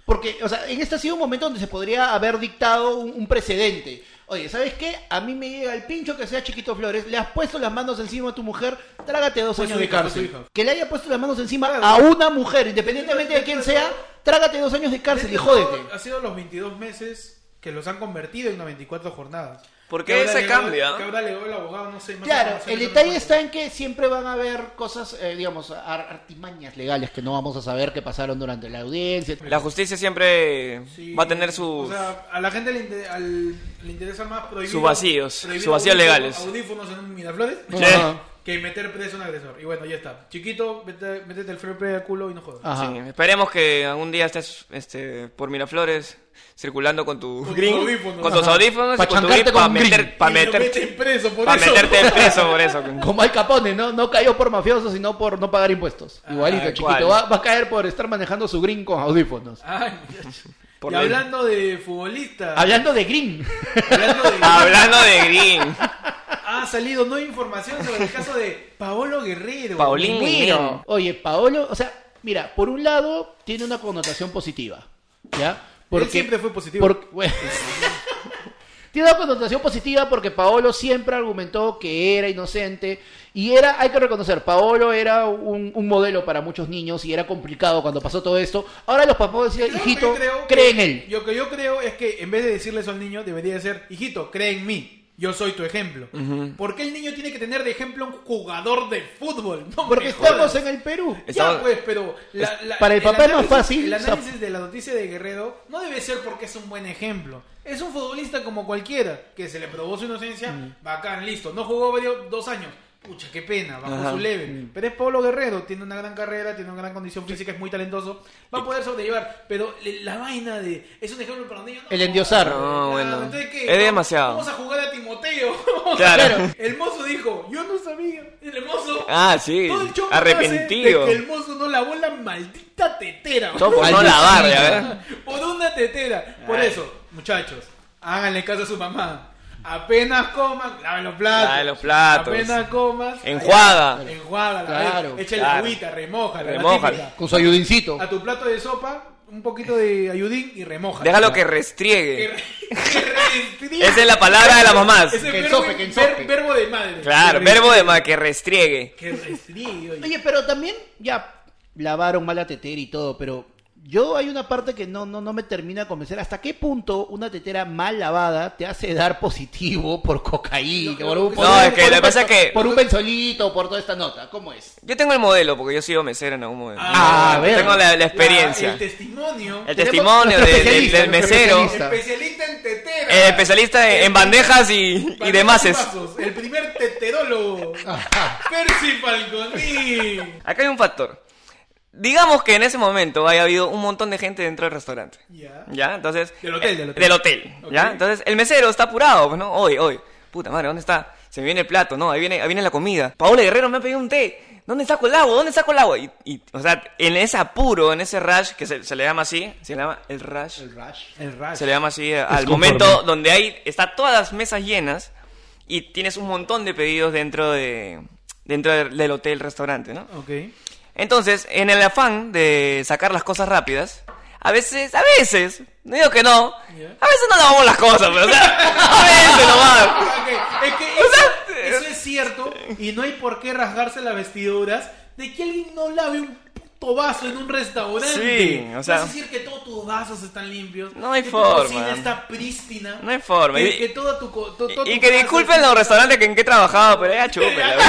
Speaker 3: Porque, o sea, en este ha sido un momento donde se podría haber dictado un, un precedente. Oye, ¿sabes qué? A mí me llega el pincho que sea Chiquito Flores, le has puesto las manos encima a tu mujer, trágate dos
Speaker 1: Fue
Speaker 3: años
Speaker 1: su
Speaker 3: de
Speaker 1: hija, fue
Speaker 3: cárcel.
Speaker 1: su hija.
Speaker 3: Que le haya puesto las manos encima
Speaker 1: Ah.
Speaker 3: a una mujer, independientemente de quién sea, trágate dos años de cárcel y
Speaker 1: Este
Speaker 3: jódete.
Speaker 1: juego Ha sido los 22 meses que los han convertido en 94 jornadas.
Speaker 2: ¿Por qué
Speaker 1: Que ahora
Speaker 2: ese
Speaker 1: le-
Speaker 2: cambio, ah?
Speaker 1: Que ahora le doy el abogado, no sé. no sé,
Speaker 3: Claro,
Speaker 1: no sé,
Speaker 3: el
Speaker 1: no sé
Speaker 3: detalle
Speaker 1: cuánto.
Speaker 3: está en que siempre van a haber cosas, eh, digamos, ar- artimañas legales que no vamos a saber que pasaron durante la audiencia.
Speaker 2: La justicia siempre
Speaker 1: Sí.
Speaker 2: va a tener sus...
Speaker 1: O sea, a la gente le, inte- al- le interesa más prohibir...
Speaker 2: Sus vacíos,
Speaker 1: prohibir
Speaker 2: sus vacíos
Speaker 1: audífonos-
Speaker 2: legales.
Speaker 1: Audífonos en un Miraflores.
Speaker 2: Sí.
Speaker 3: Ajá.
Speaker 1: Que meter preso a un agresor. Y bueno, ya está. Chiquito, vete- métete el fair play al culo y no jodas.
Speaker 3: Ajá.
Speaker 2: Sí, esperemos que algún día estés este, por Miraflores circulando con tu
Speaker 1: Con tus
Speaker 2: green,
Speaker 1: audífonos.
Speaker 2: con tus
Speaker 3: Ajá.
Speaker 2: audífonos
Speaker 3: Pa'
Speaker 2: y con tu
Speaker 3: chancarte
Speaker 2: green
Speaker 3: con
Speaker 2: para
Speaker 3: un green.
Speaker 2: meter, pa'
Speaker 1: Y lo
Speaker 2: meterte,
Speaker 1: meten preso por
Speaker 2: pa'
Speaker 1: eso.
Speaker 2: meterte preso por eso.
Speaker 3: Como Al Capone, ¿no? No cayó por mafioso, sino por no pagar impuestos. Igualito,
Speaker 2: Ah,
Speaker 3: chiquito.
Speaker 2: ¿cuál?
Speaker 3: Va, va a caer por estar manejando su green con audífonos.
Speaker 1: Ay,
Speaker 2: Por
Speaker 1: y
Speaker 2: la-
Speaker 1: hablando de futbolista,
Speaker 3: Hablando de green.
Speaker 1: hablando de-
Speaker 2: Hablando de green,
Speaker 1: ha salido nueva información sobre el caso de Paolo Guerrero.
Speaker 2: Paulín Guerrero.
Speaker 3: Oye, Paolo, o sea, mira, por un lado tiene una connotación positiva. ¿Ya?
Speaker 1: Él siempre fue positivo.
Speaker 3: por- bueno. tiene una connotación positiva porque Paolo siempre argumentó que era inocente. Y era, hay que reconocer, Paolo era un, un modelo para muchos niños y era complicado cuando pasó todo esto. Ahora los papás decían,
Speaker 1: Yo lo que
Speaker 3: hijito,
Speaker 1: creo que-
Speaker 3: cree en él.
Speaker 1: Lo que yo creo es que en vez de decirle eso al niño, debería ser, hijito, cree en mí. Yo soy tu ejemplo. ¿Por qué el niño tiene que tener de ejemplo a un jugador de fútbol? No me
Speaker 3: Porque
Speaker 1: jodas.
Speaker 3: estamos en el Perú.
Speaker 1: Ya,
Speaker 2: Estamos-
Speaker 1: pues, pero la- la-
Speaker 3: para el papá es más
Speaker 1: análisis-
Speaker 3: fácil,
Speaker 1: El
Speaker 3: o sea-
Speaker 1: análisis de la noticia de Guerrero no debe ser porque es un buen ejemplo. Es un futbolista como cualquiera, que se le probó su inocencia,
Speaker 3: Mm.
Speaker 1: bacán, listo. No jugó varios, dos años. Pucha, qué pena, bajo
Speaker 2: Ajá.
Speaker 1: su leve.
Speaker 3: Mm.
Speaker 1: Pero es Pablo Guerrero, tiene una gran carrera, tiene una gran condición física, es muy talentoso. Va a poder sobrellevar, pero le- la vaina de... Es un ejemplo para los niños. no,
Speaker 3: El endiosar.
Speaker 2: No, Ah, bueno.
Speaker 1: entonces, ¿qué?
Speaker 2: Es
Speaker 1: Vamos-
Speaker 2: demasiado.
Speaker 1: Vamos a jugar a Timoteo.
Speaker 2: Claro.
Speaker 1: El mozo dijo, yo no sabía. El mozo...
Speaker 2: Ah, sí.
Speaker 1: Todo el show me
Speaker 2: Arrepentido.
Speaker 1: hace de que el mozo no lavó la maldita tetera.
Speaker 2: Todo por no
Speaker 3: Maldito
Speaker 2: lavar,
Speaker 3: niño.
Speaker 2: ya ves.
Speaker 1: Por una tetera. Por eso, muchachos, háganle caso a su mamá. Apenas coman, laven los platos.
Speaker 2: Laven los platos.
Speaker 1: Apenas comas.
Speaker 2: Enjuaga.
Speaker 1: Enjuaga,
Speaker 3: Claro.
Speaker 1: claro. Echa la
Speaker 2: Claro.
Speaker 1: agüita, remójala. la
Speaker 2: Remójala.
Speaker 1: típica.
Speaker 3: Con su ayudincito.
Speaker 1: A tu plato de sopa, un poquito de ayudín y remoja.
Speaker 2: Déjalo que restriegue. Esa
Speaker 1: Esa
Speaker 2: es la palabra de las mamás.
Speaker 1: Ese
Speaker 3: Que
Speaker 1: verbo,
Speaker 3: ensope, que ensope.
Speaker 1: ver- verbo de madre.
Speaker 2: Claro,
Speaker 1: Que
Speaker 2: verbo de más que restriegue.
Speaker 1: Que restríe, oye.
Speaker 3: Oye, pero también ya lavaron mal la tetera y todo, pero yo hay una parte que no, no, no me termina de convencer. ¿Hasta qué punto una tetera mal lavada te hace dar positivo por cocaína?
Speaker 1: No,
Speaker 3: por un,
Speaker 1: no,
Speaker 3: por
Speaker 2: es
Speaker 3: un-
Speaker 2: que
Speaker 3: por
Speaker 2: lo
Speaker 3: un
Speaker 2: que pasa
Speaker 3: benzo-
Speaker 2: es que-
Speaker 3: Por un benzolito, por toda esta nota. ¿Cómo es?
Speaker 2: Yo tengo el modelo, porque yo he sido mesero en algún momento.
Speaker 1: Ah,
Speaker 3: a ver.
Speaker 2: Tengo la, la
Speaker 1: La-
Speaker 2: experiencia.
Speaker 1: el testimonio.
Speaker 2: El
Speaker 3: Tenemos
Speaker 2: testimonio
Speaker 3: nuestro
Speaker 2: de- de-
Speaker 3: especialista,
Speaker 2: del
Speaker 3: nuestro
Speaker 2: mesero.
Speaker 3: especialista.
Speaker 1: Especialista en tetera.
Speaker 2: El Eh, especialista en, en bandejas y, y demás. es-
Speaker 1: Vasos, El primer teterólogo. Percy Falconi.
Speaker 2: Acá hay un factor. Digamos que en ese momento haya habido un montón de gente dentro del restaurante.
Speaker 1: Ya.
Speaker 2: ¿Ya? Entonces.
Speaker 1: Del hotel,
Speaker 2: eh,
Speaker 1: del hotel.
Speaker 2: hotel, ¿Ya?
Speaker 1: Ok.
Speaker 2: Entonces, el mesero está apurado, pues, ¿no? Oye, oye. Puta madre, ¿dónde está? Se me viene el plato, ¿no? Ahí viene, ahí viene la comida. Paola Guerrero me ha pedido un té. ¿Dónde saco el agua? ¿Dónde saco el agua? Y, y, o sea, en ese apuro, en ese rush, que se, se le llama así, se le llama el rush.
Speaker 3: El rash.
Speaker 1: El rayo.
Speaker 2: Se le llama así eh, al momento donde hay está todas las mesas llenas y tienes un montón de pedidos dentro de dentro de- del hotel restaurante, ¿no?
Speaker 1: Ok.
Speaker 2: Entonces, en el afán de sacar las cosas rápidas, a veces, a veces, no digo que no, a veces no lavamos las cosas, pero o sea, a veces nomás.
Speaker 1: Ok, Es que eso, eso es cierto y no hay por qué rasgarse las vestiduras de que alguien no lave un puto vaso en un restaurante.
Speaker 2: Sí, o sea-
Speaker 1: No es decir que todos tus vasos están limpios.
Speaker 2: No hay
Speaker 1: que
Speaker 2: forma.
Speaker 1: Tu cocina está prístina.
Speaker 2: No hay forma.
Speaker 1: Que,
Speaker 2: Y-
Speaker 1: que toda tu, co- to- toda
Speaker 2: Y
Speaker 1: tu
Speaker 2: que
Speaker 1: casa
Speaker 2: disculpen
Speaker 1: está-
Speaker 2: los restaurantes que en que he trabajado, pero ya chúpela. güey.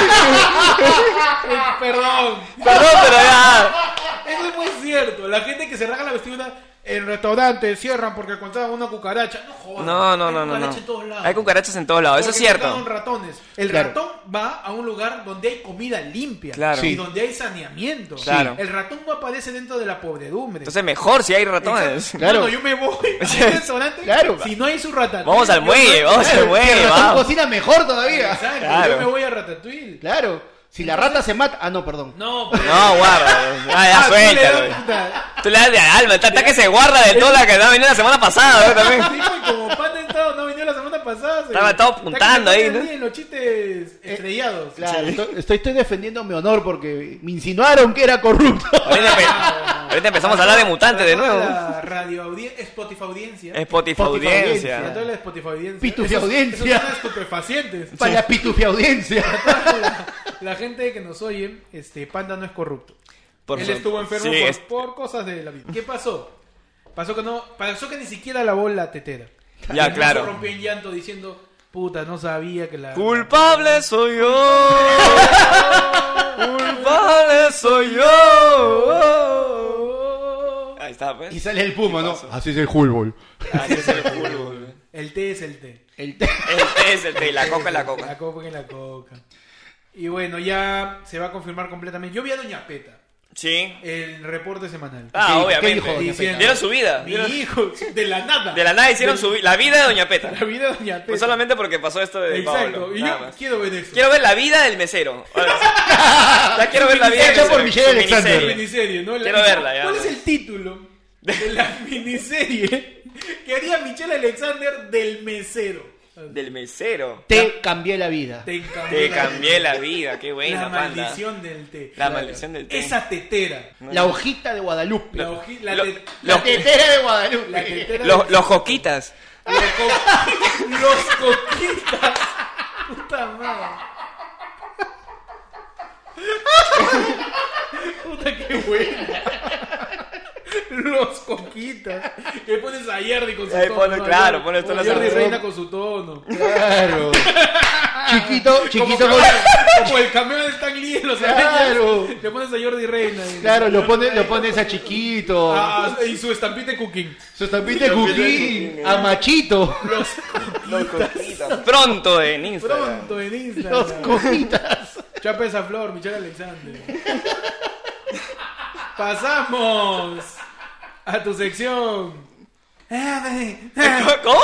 Speaker 1: Eh, Perdón.
Speaker 2: Perdón, pero ya.
Speaker 1: Eso es muy cierto. La gente que se rasga la vestidura en restaurantes cierran porque encontraban una cucaracha. No jodas.
Speaker 2: No, no, no,
Speaker 1: Hay
Speaker 2: no.
Speaker 1: cucarachas
Speaker 2: no.
Speaker 1: en todos lados.
Speaker 2: Hay cucarachas en todos lados, eso es
Speaker 1: Porque
Speaker 2: cierto.
Speaker 1: mataron ratones. El
Speaker 3: Claro.
Speaker 1: ratón va a un lugar donde hay comida limpia
Speaker 2: Claro.
Speaker 1: y
Speaker 3: Sí.
Speaker 1: donde hay saneamiento.
Speaker 2: Claro.
Speaker 1: El ratón no aparece dentro de la pobredumbre.
Speaker 2: Entonces mejor si hay ratones.
Speaker 1: Exacto.
Speaker 3: Claro.
Speaker 1: Bueno, yo me voy al restaurante.
Speaker 3: Claro.
Speaker 1: Si no hay su ratatouille.
Speaker 2: Vamos al
Speaker 1: yo
Speaker 2: muelle,
Speaker 1: me-
Speaker 2: vamos al
Speaker 3: el
Speaker 2: muelle,
Speaker 3: ratón
Speaker 2: vamos.
Speaker 3: cocina mejor todavía.
Speaker 1: Exacto,
Speaker 2: Claro.
Speaker 1: yo me voy a ratatouille.
Speaker 3: Claro. Si la rata se mata. Ah, no, perdón.
Speaker 1: No, pero-
Speaker 2: No, guarda. güey. Ah,
Speaker 1: Ah,
Speaker 2: ya
Speaker 1: tú le das
Speaker 2: suéltalo. güey.
Speaker 1: puta.
Speaker 2: Tú le das de alma, está, está que se guarda de toda la que no ha venido la semana pasada, ¿no? También.
Speaker 1: Tipo, y como pan de estado no venía la semana pasada. se-
Speaker 2: Estaba todo
Speaker 1: está que
Speaker 2: apuntando
Speaker 1: se
Speaker 2: ahí,
Speaker 1: pone
Speaker 2: ¿no? Eh,
Speaker 1: En los chistes estrellados.
Speaker 3: Claro, estoy, estoy, estoy defendiendo mi honor porque me insinuaron que era corrupto.
Speaker 2: Ahorita, empe- ahorita empezamos a hablar de mutantes de nuevo.
Speaker 1: La radio audiencia, Spotify audiencia.
Speaker 2: Spotify
Speaker 3: audiencia.
Speaker 1: Para
Speaker 2: audiencia.
Speaker 1: toda la Spotify audiencia.
Speaker 3: Pitufia
Speaker 1: Esos-
Speaker 3: audiencia.
Speaker 1: esos son estupefacientes.
Speaker 3: Para la pitufia audiencia.
Speaker 1: La, la gente que nos oye, este, Panda no es corrupto.
Speaker 2: Por
Speaker 1: Él
Speaker 2: su-
Speaker 1: estuvo enfermo
Speaker 2: sí,
Speaker 1: por,
Speaker 2: es-
Speaker 1: por cosas de la vida. ¿Qué pasó? Pasó que no, pasó que ni siquiera lavó la tetera.
Speaker 2: Ya,
Speaker 1: Y no
Speaker 2: claro.
Speaker 1: Se rompió en llanto diciendo, puta, no sabía que la...
Speaker 2: Culpable soy yo. Culpable soy yo. Ahí está,
Speaker 3: Y
Speaker 2: pues.
Speaker 3: sale el puma, ¿no? Así es el fútbol.
Speaker 1: Ah, El té es el té.
Speaker 3: El te-
Speaker 2: El té es el té, la coca es la coca.
Speaker 1: La coca es la coca. Y bueno, ya se va a confirmar completamente. Yo vi a Doña Peta,
Speaker 2: Sí.
Speaker 1: el reporte semanal.
Speaker 2: Ah,
Speaker 3: ¿Qué- qué dijo
Speaker 2: obviamente.
Speaker 3: Doña
Speaker 1: Peta?
Speaker 2: Dieron su vida.
Speaker 1: Mi
Speaker 2: Dieron-
Speaker 1: hijo, de la nada.
Speaker 2: De la nada hicieron
Speaker 1: De-
Speaker 2: su vi- la vida de Doña Peta.
Speaker 1: La vida de Doña Peta.
Speaker 2: Pues solamente porque pasó esto de
Speaker 1: Exacto.
Speaker 2: Pablo.
Speaker 1: Y
Speaker 2: nada
Speaker 1: yo
Speaker 2: más.
Speaker 1: quiero ver eso.
Speaker 2: Quiero ver la vida del mesero. Ahora sí. Ya quiero ver la vida del
Speaker 3: Hecha por
Speaker 2: mesero.
Speaker 3: Michelle
Speaker 2: Su
Speaker 1: la
Speaker 2: miniserie.
Speaker 3: Alexander.
Speaker 1: miniserie, ¿no? La-
Speaker 2: Quiero verla, ya.
Speaker 1: ¿Cuál es el título de la miniserie que haría Michelle Alexander del mesero?
Speaker 2: Del mesero.
Speaker 3: Te cambié la vida.
Speaker 1: Te cambió
Speaker 2: Te
Speaker 1: la-
Speaker 2: cambié la vida, qué buena
Speaker 1: La
Speaker 2: panda.
Speaker 1: maldición del té.
Speaker 2: La maldición del té.
Speaker 1: Esa tetera.
Speaker 3: La hojita de Guadalupe.
Speaker 1: La hoji- la
Speaker 2: Lo-
Speaker 1: te-
Speaker 3: La
Speaker 2: lo-
Speaker 3: tetera de Guadalupe.
Speaker 1: la tetera del
Speaker 2: Los, los joquitas.
Speaker 1: Los, co- los coquitas. Puta madre. Puta que buena. Los coquitas. Que pones a Jerry con su
Speaker 2: Ahí
Speaker 1: tono.
Speaker 2: pone-
Speaker 1: ¿no?
Speaker 2: claro, pone el tono
Speaker 1: O Jerry
Speaker 2: así.
Speaker 1: Reina con su tono.
Speaker 3: Claro. Chiquito,
Speaker 1: Como,
Speaker 3: chiquito.
Speaker 1: como-
Speaker 3: con-
Speaker 1: como el cameo de Stan Lee en los
Speaker 3: Claro.
Speaker 1: Avengers. Le pones a Jordi Reina. y-
Speaker 3: Claro, lo pones, lo pones a chiquito.
Speaker 1: Ah, y su estampite cooking.
Speaker 3: Su estampita de
Speaker 1: eh.
Speaker 3: Cuquín. A machito.
Speaker 1: Los
Speaker 2: Los joquitas. Pronto en Instagram.
Speaker 1: pronto en Instagram.
Speaker 3: Los cojitas.
Speaker 1: Chapa esa flor, Michelle Alexander. Pasamos a tu sección. Eh,
Speaker 2: ¿Cómo?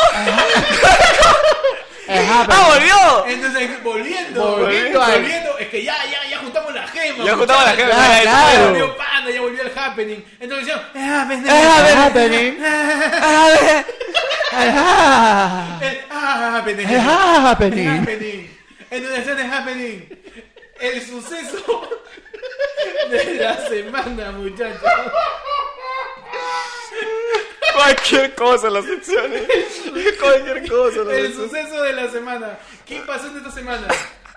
Speaker 2: ¡Ah, volvió!
Speaker 1: Entonces, volviendo, volviendo,
Speaker 3: Volviendo al-
Speaker 1: volviendo, es que ya, ya, ya juntamos la gema.
Speaker 2: Ya
Speaker 1: muchachos.
Speaker 2: juntaba la gente.
Speaker 3: Ah,
Speaker 1: Ya
Speaker 3: claro.
Speaker 1: volvió Panda, ya volvió el happening. Entonces decían, eh, happening.
Speaker 2: ver.
Speaker 3: Happening. Ah,
Speaker 1: eh, ah, happening.
Speaker 3: Happening.
Speaker 1: happening. Entonces decían, "Es happening. El suceso de la semana, muchachos.
Speaker 2: Cualquier cosa en las secciones. Cualquier cosa en las
Speaker 1: El
Speaker 2: secciones.
Speaker 1: suceso de la semana. ¿Qué pasó en esta semana?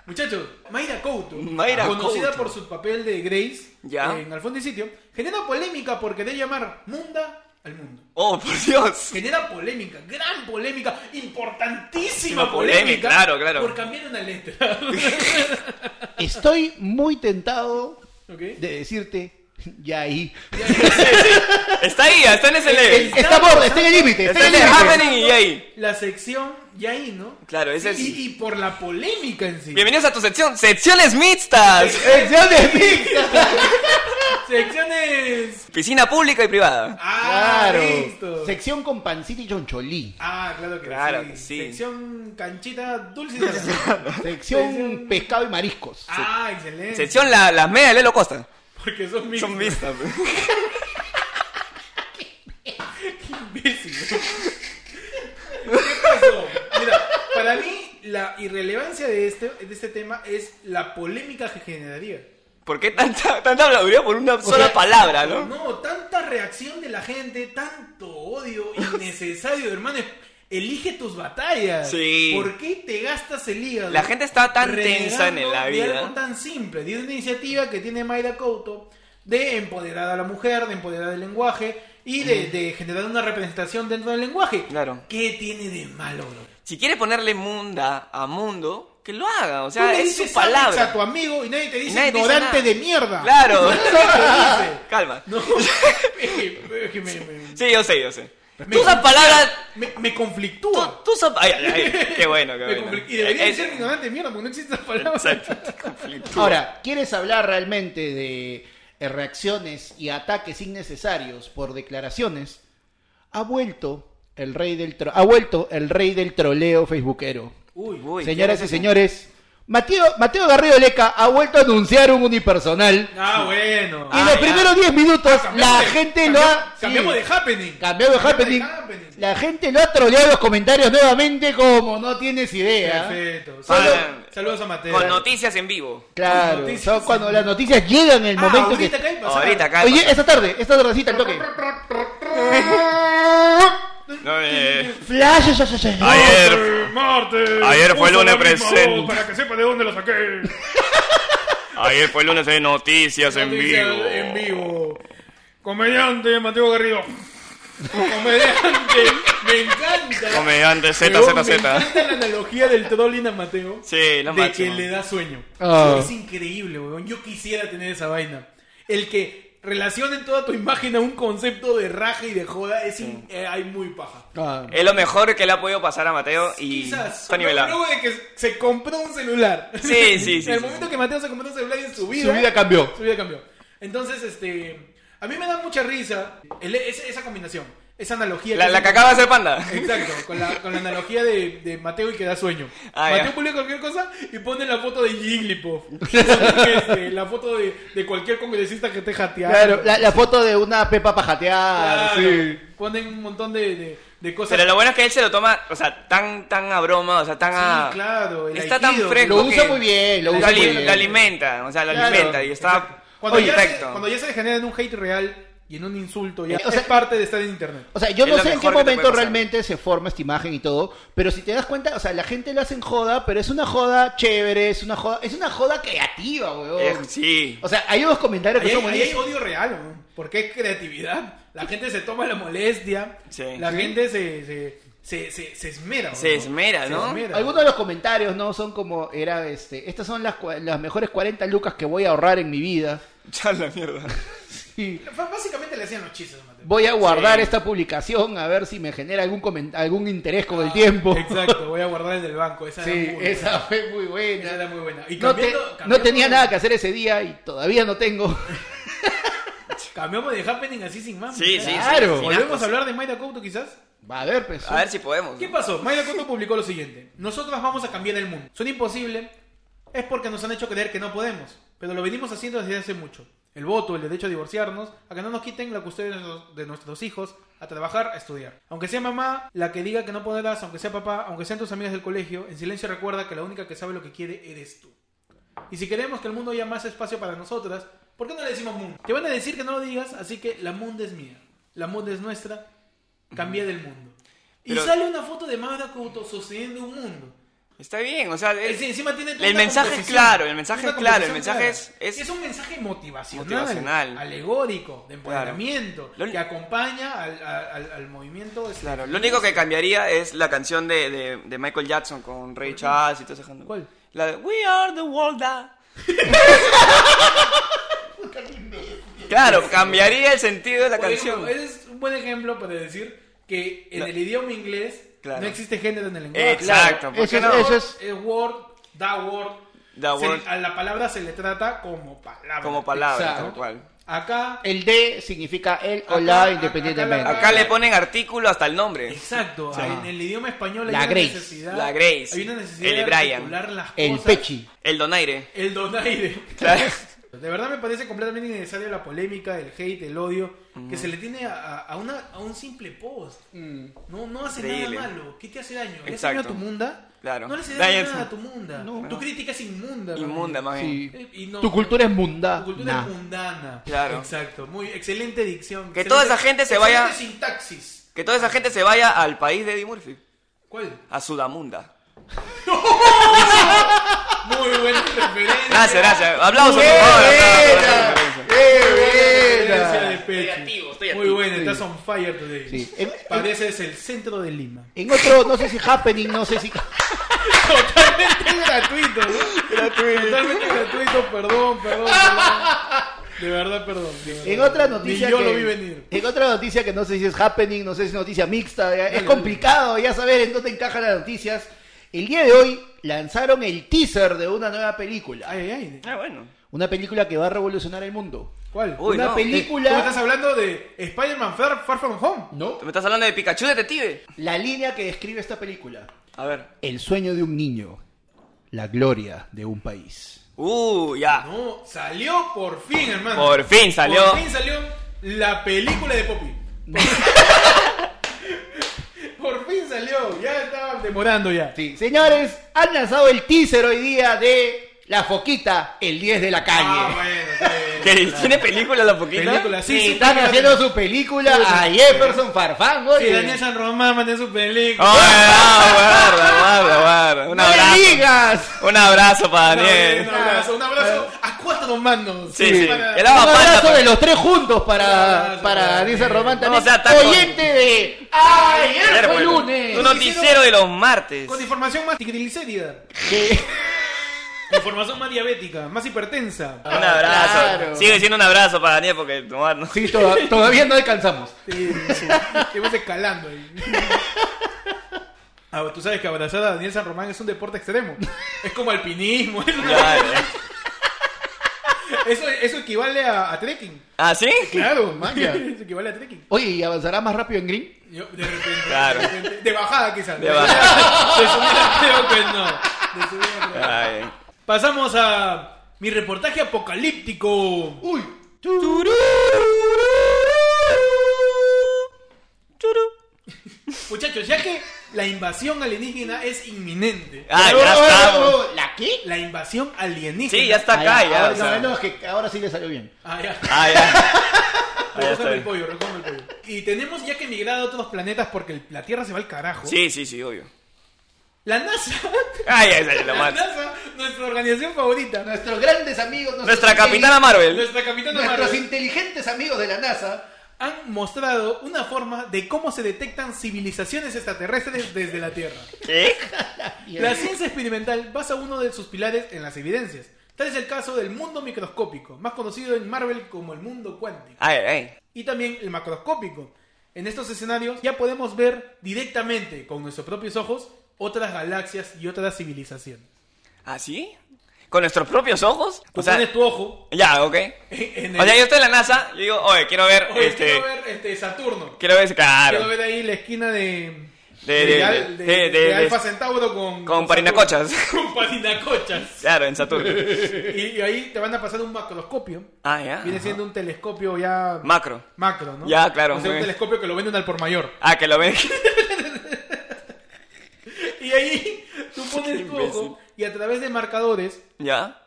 Speaker 1: Muchachos, Mayra Couto,
Speaker 2: Mayra
Speaker 1: conocida
Speaker 2: Couto.
Speaker 1: por su papel de Grace
Speaker 2: Ya.
Speaker 1: en Al fondo y sitio, genera polémica por querer llamar Munda al mundo.
Speaker 2: Oh, por Dios.
Speaker 1: Genera polémica, gran polémica, importantísima
Speaker 2: Una polémica,
Speaker 1: polémica.
Speaker 2: claro, claro.
Speaker 1: Por cambiar una letra.
Speaker 3: Estoy muy tentado
Speaker 1: ¿Ok?
Speaker 3: de decirte. Ya ahí.
Speaker 2: Está ahí, está en ese level.
Speaker 3: Está por, está en el límite. Está
Speaker 2: Está
Speaker 3: en el
Speaker 2: en el
Speaker 3: límite.
Speaker 2: happening y ahí.
Speaker 1: La sección ya ahí, ¿no?
Speaker 2: Claro, ese es.
Speaker 1: Y, y por la polémica en sí.
Speaker 2: Bienvenidos a tu sección. Secciones mixtas.
Speaker 3: Sección de mixta.
Speaker 1: Secciones.
Speaker 2: Piscina pública y privada.
Speaker 1: Ah,
Speaker 3: Claro.
Speaker 1: listo.
Speaker 3: Sección con pancita y choncholí.
Speaker 1: Ah, claro que
Speaker 2: Claro
Speaker 1: sí.
Speaker 2: que sí.
Speaker 1: Sección canchita dulce. y salada.
Speaker 3: Sección pescado y mariscos.
Speaker 1: ah, excelente.
Speaker 2: Sección la- las medias de Lelo Costa.
Speaker 1: Porque son mis.
Speaker 2: Son mixtas. pues.
Speaker 1: imbéciles. ¿Qué pasó? Mira, para mí la irrelevancia de este, de este tema es la polémica que generaría.
Speaker 2: ¿Por qué tanta, tanta habladuría por una sola
Speaker 3: sea,
Speaker 2: palabra,
Speaker 1: No,
Speaker 2: no?
Speaker 1: tanta reacción de la gente, tanto odio innecesario, hermano. Elige tus batallas.
Speaker 2: Sí.
Speaker 1: ¿Por qué te gastas el hígado?
Speaker 2: La gente está tan tensa en
Speaker 1: renegando
Speaker 2: la
Speaker 1: de
Speaker 2: vida.
Speaker 1: algo tan simple. De una iniciativa que tiene Mayra Couto de empoderar a la mujer, de empoderar el lenguaje y de, de generar una representación dentro del lenguaje.
Speaker 2: Claro.
Speaker 1: ¿Qué tiene de malo, bro?
Speaker 2: Si quiere ponerle munda a mundo, que lo haga. O
Speaker 1: Tú
Speaker 2: sea,
Speaker 1: le
Speaker 2: es su
Speaker 1: dices Alex a
Speaker 2: palabra.
Speaker 1: tu amigo y nadie te dice
Speaker 2: Nadie te dice
Speaker 1: ignorante
Speaker 2: nada.
Speaker 1: de mierda.
Speaker 2: Claro.
Speaker 1: Nadie te dice.
Speaker 2: Calma.
Speaker 1: No, es que me, me-
Speaker 2: Sí, yo sé, yo sé.
Speaker 1: Me
Speaker 2: Tú usas
Speaker 1: conflictúa.
Speaker 2: palabras.
Speaker 1: me- me
Speaker 2: Tú,
Speaker 1: conflictúa.
Speaker 2: tú usas. Ay, ay, ay. Qué bueno, qué
Speaker 1: Me
Speaker 2: bueno.
Speaker 1: conflic- Y debería de
Speaker 2: Eh,
Speaker 1: ser
Speaker 2: eh,
Speaker 1: ignorante de mierda porque no existe esa palabra.
Speaker 2: Exacto, te conflictúa.
Speaker 3: Ahora, ¿quieres hablar realmente de eh, reacciones y ataques innecesarios por declaraciones? Ha vuelto el rey del tro- ha vuelto el rey del troleo facebookero.
Speaker 1: Uy,
Speaker 2: Uy, ¿qué
Speaker 3: Señoras
Speaker 2: haces?
Speaker 3: y señores, Mateo, Mateo Garrido Leca ha vuelto a anunciar un unipersonal.
Speaker 1: Ah, bueno.
Speaker 3: y en
Speaker 2: Ah,
Speaker 3: los
Speaker 2: ya.
Speaker 3: primeros 10 minutos la
Speaker 1: Cambiamos de-
Speaker 3: gente lo
Speaker 1: cambiamos-
Speaker 3: ha... sí,
Speaker 1: Cambiamos de happening.
Speaker 3: cambiado de happening.
Speaker 1: happening.
Speaker 3: La gente lo ha troleado en los comentarios nuevamente como no tienes idea.
Speaker 1: Perfecto.
Speaker 2: Solo-
Speaker 1: Saludos- Saludos a Mateo.
Speaker 2: Con noticias en vivo.
Speaker 3: Claro,
Speaker 1: Noticias,
Speaker 3: son
Speaker 1: sí.
Speaker 3: cuando las noticias llegan en el
Speaker 1: Ah,
Speaker 3: momento que...
Speaker 1: ahorita acá hay pasada.
Speaker 2: Ahorita acá.
Speaker 3: Oye, esta tarde, esta tardecita, el toque.
Speaker 2: No, eh,
Speaker 3: Flash, ya, ya, ya.
Speaker 4: Ayer, martes.
Speaker 2: ayer fue
Speaker 4: uso
Speaker 2: lunes
Speaker 4: la misma voz
Speaker 2: presente.
Speaker 4: Para que sepa de dónde lo saqué.
Speaker 2: ayer fue el lunes de noticias en
Speaker 1: Noticias
Speaker 2: vivo.
Speaker 1: En vivo.
Speaker 4: Comediante Mateo Garrido.
Speaker 1: Comediante. Me encanta.
Speaker 2: Comediante
Speaker 1: Weón, Me
Speaker 2: ZZZ.
Speaker 1: encanta la analogía del trolling a Mateo.
Speaker 2: Sí, lo
Speaker 1: de
Speaker 2: máximo.
Speaker 1: que le da sueño.
Speaker 3: Ah.
Speaker 1: Eso es increíble, weón. Yo quisiera tener esa vaina. El que relacionen toda tu imagen a un concepto de raja y de joda es in- eh, hay muy paja.
Speaker 3: Ah.
Speaker 2: Es lo mejor que le ha podido pasar a Mateo y
Speaker 1: Quizás
Speaker 2: Tony
Speaker 1: luego-
Speaker 2: Velado.
Speaker 1: luego de que se compró un celular.
Speaker 2: Sí, sí, sí,
Speaker 1: En el
Speaker 2: sí,
Speaker 1: momento que Mateo se compró un celular en su vida.
Speaker 3: Su vida cambió.
Speaker 1: Su vida cambió. Entonces, este. A mí me da mucha risa el- es- esa combinación, esa analogía.
Speaker 2: La,
Speaker 1: que
Speaker 2: la
Speaker 1: hace-
Speaker 2: que acaba de hacer Panda.
Speaker 1: Exacto, con la, con la analogía de, de Mateo y que da sueño.
Speaker 2: Ah,
Speaker 1: Mateo
Speaker 2: ya.
Speaker 1: publica cualquier cosa y pone la foto de Jigglypuff. Este, la foto de, de cualquier congresista que esté jateando.
Speaker 3: Claro, la, la foto de una pepa pajateada.
Speaker 1: Claro,
Speaker 3: Sí.
Speaker 1: Ponen un montón de, de- de cosas.
Speaker 2: Pero lo bueno es que él se lo toma, o sea, tan, tan a broma, o sea, tan a...
Speaker 1: Sí, claro, el
Speaker 2: ah, Está tan
Speaker 1: aikido.
Speaker 2: fresco
Speaker 3: Lo usa
Speaker 2: que
Speaker 3: muy bien, lo
Speaker 2: la
Speaker 3: usa
Speaker 2: ali-
Speaker 3: muy bien.
Speaker 2: la alimenta, o sea, la
Speaker 1: Claro,
Speaker 2: alimenta y está
Speaker 1: exacto. cuando ya, se,
Speaker 2: perfecto.
Speaker 1: cuando ya se genera en un hate real y en un insulto, ya
Speaker 3: Eh, o sea-
Speaker 1: es parte de estar en internet.
Speaker 3: O sea, yo
Speaker 2: Es
Speaker 3: no
Speaker 2: lo
Speaker 3: sé en
Speaker 2: mejor que
Speaker 3: qué
Speaker 2: te puede
Speaker 3: momento
Speaker 2: pasar.
Speaker 3: realmente se forma esta imagen y todo, pero si te das cuenta, o sea, la gente lo hace en joda, pero es una joda chévere, es una joda, es una joda creativa,
Speaker 2: Eh,
Speaker 3: weón.
Speaker 2: sí.
Speaker 3: O sea, hay unos comentarios que
Speaker 1: Ahí
Speaker 3: son
Speaker 1: hay, ahí hay
Speaker 3: buenísimos.
Speaker 1: odio real, ¿no? porque es creatividad. La gente se toma la molestia,
Speaker 2: Sí.
Speaker 1: la
Speaker 2: Sí.
Speaker 1: gente se, se, se, se, se esmera. ¿no?
Speaker 2: Se esmera, ¿no?
Speaker 3: Algunos de los comentarios, ¿no? Son como, era este, estas son las, cua- las mejores 40 lucas que voy a ahorrar en mi vida.
Speaker 2: Ya la mierda.
Speaker 3: Sí.
Speaker 1: Fue- Básicamente le hacían los chistes, Mateo.
Speaker 3: Voy a guardar
Speaker 2: Sí.
Speaker 3: esta publicación a ver si me genera algún comen- algún interés con el tiempo.
Speaker 1: Ah, Exacto, voy a guardar el del banco. Esa
Speaker 3: Sí,
Speaker 1: era muy
Speaker 3: esa
Speaker 1: buena.
Speaker 3: fue muy
Speaker 1: Esa
Speaker 3: buena.
Speaker 1: era muy buena. Y
Speaker 3: No, te-
Speaker 1: cambiando-
Speaker 3: no
Speaker 1: cambiando-
Speaker 3: tenía nada que hacer ese día y todavía no tengo.
Speaker 1: Cambiamos de happening así sin más. Ah,
Speaker 2: Sí, sí,
Speaker 3: Claro.
Speaker 2: sí.
Speaker 1: Volvemos a hablar de Mayra Couto, quizás.
Speaker 3: Va a ver, pues.
Speaker 2: A ver si podemos.
Speaker 1: ¿Qué pasó? Mayra Couto publicó lo siguiente. Nosotras vamos a cambiar el mundo. Son imposible. Es porque nos han hecho creer que no podemos. Pero lo venimos haciendo desde hace mucho. El voto, el derecho a divorciarnos, a que no nos quiten la custodia de nuestros, de nuestros hijos, a trabajar, a estudiar. Aunque sea mamá la que diga que no podrás, aunque sea papá, aunque sean tus amigas del colegio, en silencio recuerda que la única que sabe lo que quiere eres tú. Y si queremos que el mundo haya más espacio para nosotras, ¿por qué no le decimos mundo? Te van a decir que no lo digas, así que la mundo es mía. La mundo es nuestra. Cambia del mundo. Y
Speaker 2: Pero-
Speaker 1: sale una foto de Magda Couto sosteniendo un mundo.
Speaker 2: Está bien, o sea,
Speaker 1: Es-
Speaker 2: es
Speaker 1: encima tiene toda
Speaker 2: el
Speaker 1: una
Speaker 2: mensaje es
Speaker 1: composición,
Speaker 2: claro, el mensaje
Speaker 1: una
Speaker 2: es claro, el
Speaker 1: composición
Speaker 2: mensaje
Speaker 1: clara.
Speaker 2: es- es-
Speaker 1: un mensaje motivacional,
Speaker 2: Motivacional.
Speaker 1: alegórico, de empoderamiento,
Speaker 2: Lo-
Speaker 1: que acompaña al, al- al movimiento. este,
Speaker 2: claro. Lo único que cambiaría es la canción de, de, de Michael Jackson con Ray Charles y todo ese jando.
Speaker 1: ¿Cuál?
Speaker 2: La de We Are the World. ah. claro, cambiaría el sentido de la
Speaker 1: Por ejemplo,
Speaker 2: canción.
Speaker 1: es un buen ejemplo para decir que en
Speaker 2: La-
Speaker 1: el idioma inglés
Speaker 2: Claro.
Speaker 1: no existe género en el lenguaje.
Speaker 2: Exacto, ¿por
Speaker 3: Eso
Speaker 2: qué
Speaker 3: es-
Speaker 2: no?
Speaker 3: eso es-
Speaker 1: Es word, da word.
Speaker 2: Da
Speaker 1: Se-
Speaker 2: word.
Speaker 1: A la palabra se le trata como palabra.
Speaker 2: Como palabra,
Speaker 3: Exacto.
Speaker 2: tal cual.
Speaker 1: Acá.
Speaker 3: El D significa el o
Speaker 1: Acá-
Speaker 3: la
Speaker 1: acá-
Speaker 3: independientemente.
Speaker 2: Acá le ponen artículo hasta el nombre.
Speaker 1: Exacto,
Speaker 3: Sí.
Speaker 1: en el idioma español hay
Speaker 3: La
Speaker 1: una
Speaker 3: Grace.
Speaker 1: necesidad.
Speaker 2: La Grace.
Speaker 1: Hay una necesidad
Speaker 2: El
Speaker 1: de
Speaker 2: Brian.
Speaker 1: articular las
Speaker 3: el
Speaker 1: cosas.
Speaker 3: pechi.
Speaker 2: El donaire.
Speaker 1: El donaire.
Speaker 2: Claro.
Speaker 1: De verdad me parece completamente innecesaria la polémica, el hate, el odio que se le tiene a, a, una, a un simple post.
Speaker 3: Mm.
Speaker 1: No, no hace
Speaker 2: Increíble.
Speaker 1: nada malo. ¿Qué te hace daño? ¿Le hace
Speaker 2: Exacto.
Speaker 1: daño a tu munda?
Speaker 2: Claro.
Speaker 1: No le hace
Speaker 2: Daño
Speaker 1: daño
Speaker 2: a
Speaker 1: nada
Speaker 2: tu-
Speaker 1: a tu munda.
Speaker 3: No.
Speaker 1: Tu crítica es inmunda.
Speaker 2: Inmunda, más bien.
Speaker 3: Sí.
Speaker 1: Eh, y no-
Speaker 3: tu cultura es munda.
Speaker 1: Tu cultura
Speaker 3: Nah.
Speaker 1: es mundana.
Speaker 2: Claro.
Speaker 1: Exacto. Muy excelente dicción.
Speaker 2: Que
Speaker 1: excelente-
Speaker 2: toda esa gente se vaya-
Speaker 1: excelente sintaxis.
Speaker 2: Que toda esa gente se vaya al país de Eddie Murphy.
Speaker 1: ¿Cuál?
Speaker 2: A Sudamunda.
Speaker 1: Muy buena referencia.
Speaker 2: Gracias, gracias. Aplausos, por
Speaker 3: Buena,
Speaker 2: favor. aplausos por esa referencia.
Speaker 3: ¡Qué buena!
Speaker 1: Referencia de Pechi.
Speaker 2: Estoy activo, estoy
Speaker 1: Muy
Speaker 2: activo.
Speaker 1: buena,
Speaker 3: Sí.
Speaker 1: estás on fire today.
Speaker 3: Sí. En- en-
Speaker 1: Pareces el centro de Lima.
Speaker 3: En otro, no sé si happening, no sé si.
Speaker 1: Totalmente gratuito, ¿no? Totalmente gratuito, perdón, perdón, perdón. De verdad, perdón. de verdad.
Speaker 3: En otra noticia.
Speaker 1: Ni yo
Speaker 3: que,
Speaker 1: lo vi venir.
Speaker 3: En otra noticia que no sé si es happening, no sé si es noticia mixta. ya- es complicado ya saber en dónde encajan las noticias. El día de hoy lanzaron el teaser de una nueva película.
Speaker 1: Ay, ay, ay.
Speaker 2: Ah, bueno.
Speaker 3: Una película que va a revolucionar el mundo.
Speaker 1: ¿Cuál?
Speaker 2: Uy,
Speaker 3: una
Speaker 2: no.
Speaker 1: Tú me estás
Speaker 3: película.
Speaker 1: hablando de Spider-Man Far, Far From Home.
Speaker 3: ¿No?
Speaker 2: ¿Tú me estás hablando de Pikachu detective?
Speaker 3: La línea que describe esta película:
Speaker 2: A ver.
Speaker 3: El sueño de un niño. La gloria de un país.
Speaker 2: Uh, ya.
Speaker 1: No, salió por fin, hermano.
Speaker 2: Por fin salió.
Speaker 1: Por fin salió la película de Poppy. Por fin salió, ya estaba demorando ya.
Speaker 3: Sí, señores, han lanzado el teaser hoy día de La Foquita, el 10 de la calle.
Speaker 1: Ah, bueno, está bien.
Speaker 2: ¿Qué? ¿Tiene película la poquita?
Speaker 1: Película, sí,
Speaker 3: Y
Speaker 1: sí,
Speaker 3: están
Speaker 1: película.
Speaker 3: haciendo su película a Jefferson Farfán,
Speaker 1: Sí,
Speaker 3: oye.
Speaker 1: Daniel San Román mandó su película.
Speaker 2: Oh, guarda, guarda, guarda. Un
Speaker 3: ¡No le
Speaker 2: abrazo.
Speaker 3: digas!
Speaker 2: Un abrazo para
Speaker 1: No, bien,
Speaker 2: Daniel.
Speaker 1: Un abrazo, un abrazo a cuatro manos.
Speaker 2: Sí, sí.
Speaker 1: Para-
Speaker 2: El
Speaker 3: Un
Speaker 2: agua
Speaker 3: abrazo
Speaker 2: pata.
Speaker 3: de los tres juntos para,
Speaker 1: Abrazo,
Speaker 3: para
Speaker 1: Daniel.
Speaker 3: Daniel Román
Speaker 2: pues. No,
Speaker 3: también.
Speaker 2: o sea, está con-
Speaker 3: Oyente de Ayer fue lunes.
Speaker 2: Un noticiero de los martes.
Speaker 1: Con información más triglicérida.
Speaker 3: Sí.
Speaker 1: Información más diabética, más hipertensa.
Speaker 2: Un abrazo.
Speaker 3: Claro.
Speaker 2: Sigue siendo un abrazo para Daniel porque no, no.
Speaker 3: Sí, toda- todavía no alcanzamos.
Speaker 1: Sí, sí. Estuvimos escalando ahí. Ah, tú sabes que abrazar a Daniel San Román es un deporte extremo. Es como alpinismo. es una-
Speaker 2: Claro, ya.
Speaker 1: Eso, eso equivale a, a trekking.
Speaker 2: ¿Ah, sí?
Speaker 1: Claro,
Speaker 3: maña.
Speaker 1: Eso equivale a trekking.
Speaker 3: Oye, ¿y avanzará más rápido en green?
Speaker 1: Yo, de repente.
Speaker 2: Claro.
Speaker 1: De, repente- de bajada quizás.
Speaker 2: De bajada.
Speaker 1: De subida creo que no. De subida creo.
Speaker 2: Ay.
Speaker 1: Pasamos a mi reportaje apocalíptico.
Speaker 3: Uy.
Speaker 1: Muchachos, ya que la invasión alienígena es inminente.
Speaker 2: Ah, ya estamos.
Speaker 3: ¿La qué?
Speaker 1: La invasión alienígena.
Speaker 2: Sí, ya está acá,
Speaker 3: Ah,
Speaker 2: ya.
Speaker 3: ahora-
Speaker 2: o sea.
Speaker 3: no, no, es que ahora sí le salió bien.
Speaker 1: Ah, ya.
Speaker 2: Ah, ya. Ah, ya está
Speaker 1: Recójame el
Speaker 2: bien.
Speaker 1: pollo, recójame el pollo. Y tenemos ya que emigrar a otros planetas porque el- la Tierra se va al carajo.
Speaker 2: Sí, sí, sí, obvio.
Speaker 1: La NASA.
Speaker 2: Ay, ay, ay, lo
Speaker 1: La
Speaker 2: mato.
Speaker 1: NASA, nuestra organización favorita.
Speaker 3: Nuestros grandes amigos. nuestros
Speaker 2: Nuestra
Speaker 3: inteligentes-
Speaker 2: capitana Marvel.
Speaker 1: Nuestra capitana
Speaker 3: Nuestros
Speaker 1: Marvel.
Speaker 3: inteligentes amigos de la NASA.
Speaker 1: han mostrado una forma de cómo se detectan civilizaciones extraterrestres desde la Tierra.
Speaker 2: ¿Qué?
Speaker 1: La ciencia experimental basa uno de sus pilares en las evidencias. Tal es el caso del mundo microscópico, más conocido en Marvel como el mundo cuántico,
Speaker 2: Ay, ay.
Speaker 1: y también el macroscópico. En estos escenarios ya podemos ver directamente con nuestros propios ojos otras galaxias y otras civilizaciones.
Speaker 2: ¿Ah, sí? ¿Con nuestros propios ojos?
Speaker 1: Tú
Speaker 2: O sea,
Speaker 1: pones tu ojo
Speaker 2: ya, ok.
Speaker 1: en, en
Speaker 2: O sea,
Speaker 1: el-
Speaker 2: yo estoy en la NASA, yo digo, oye, quiero ver,
Speaker 1: Oye,
Speaker 2: este...
Speaker 1: quiero ver este, Saturno.
Speaker 2: Quiero ver,
Speaker 1: Quiero
Speaker 2: claro.
Speaker 1: ver ahí la esquina de.
Speaker 2: De- de-
Speaker 1: Al-
Speaker 2: de- de- de-
Speaker 1: Alfa Centauro con.
Speaker 2: con
Speaker 1: Saturno.
Speaker 2: parinacochas.
Speaker 1: Con parinacochas.
Speaker 2: Claro, en Saturno.
Speaker 1: Y, y ahí te van a pasar un macroscopio.
Speaker 2: Ah, ya.
Speaker 1: Viene siendo un telescopio ya.
Speaker 2: Macro.
Speaker 1: macro, ¿no?
Speaker 2: Ya, claro,
Speaker 1: O sea,
Speaker 2: muy
Speaker 1: un
Speaker 2: bien.
Speaker 1: telescopio que lo venden al por mayor.
Speaker 2: Ah, que lo ven.
Speaker 1: Y ahí tú pones tu
Speaker 2: imbécil.
Speaker 1: ojo y a través de marcadores
Speaker 2: ya.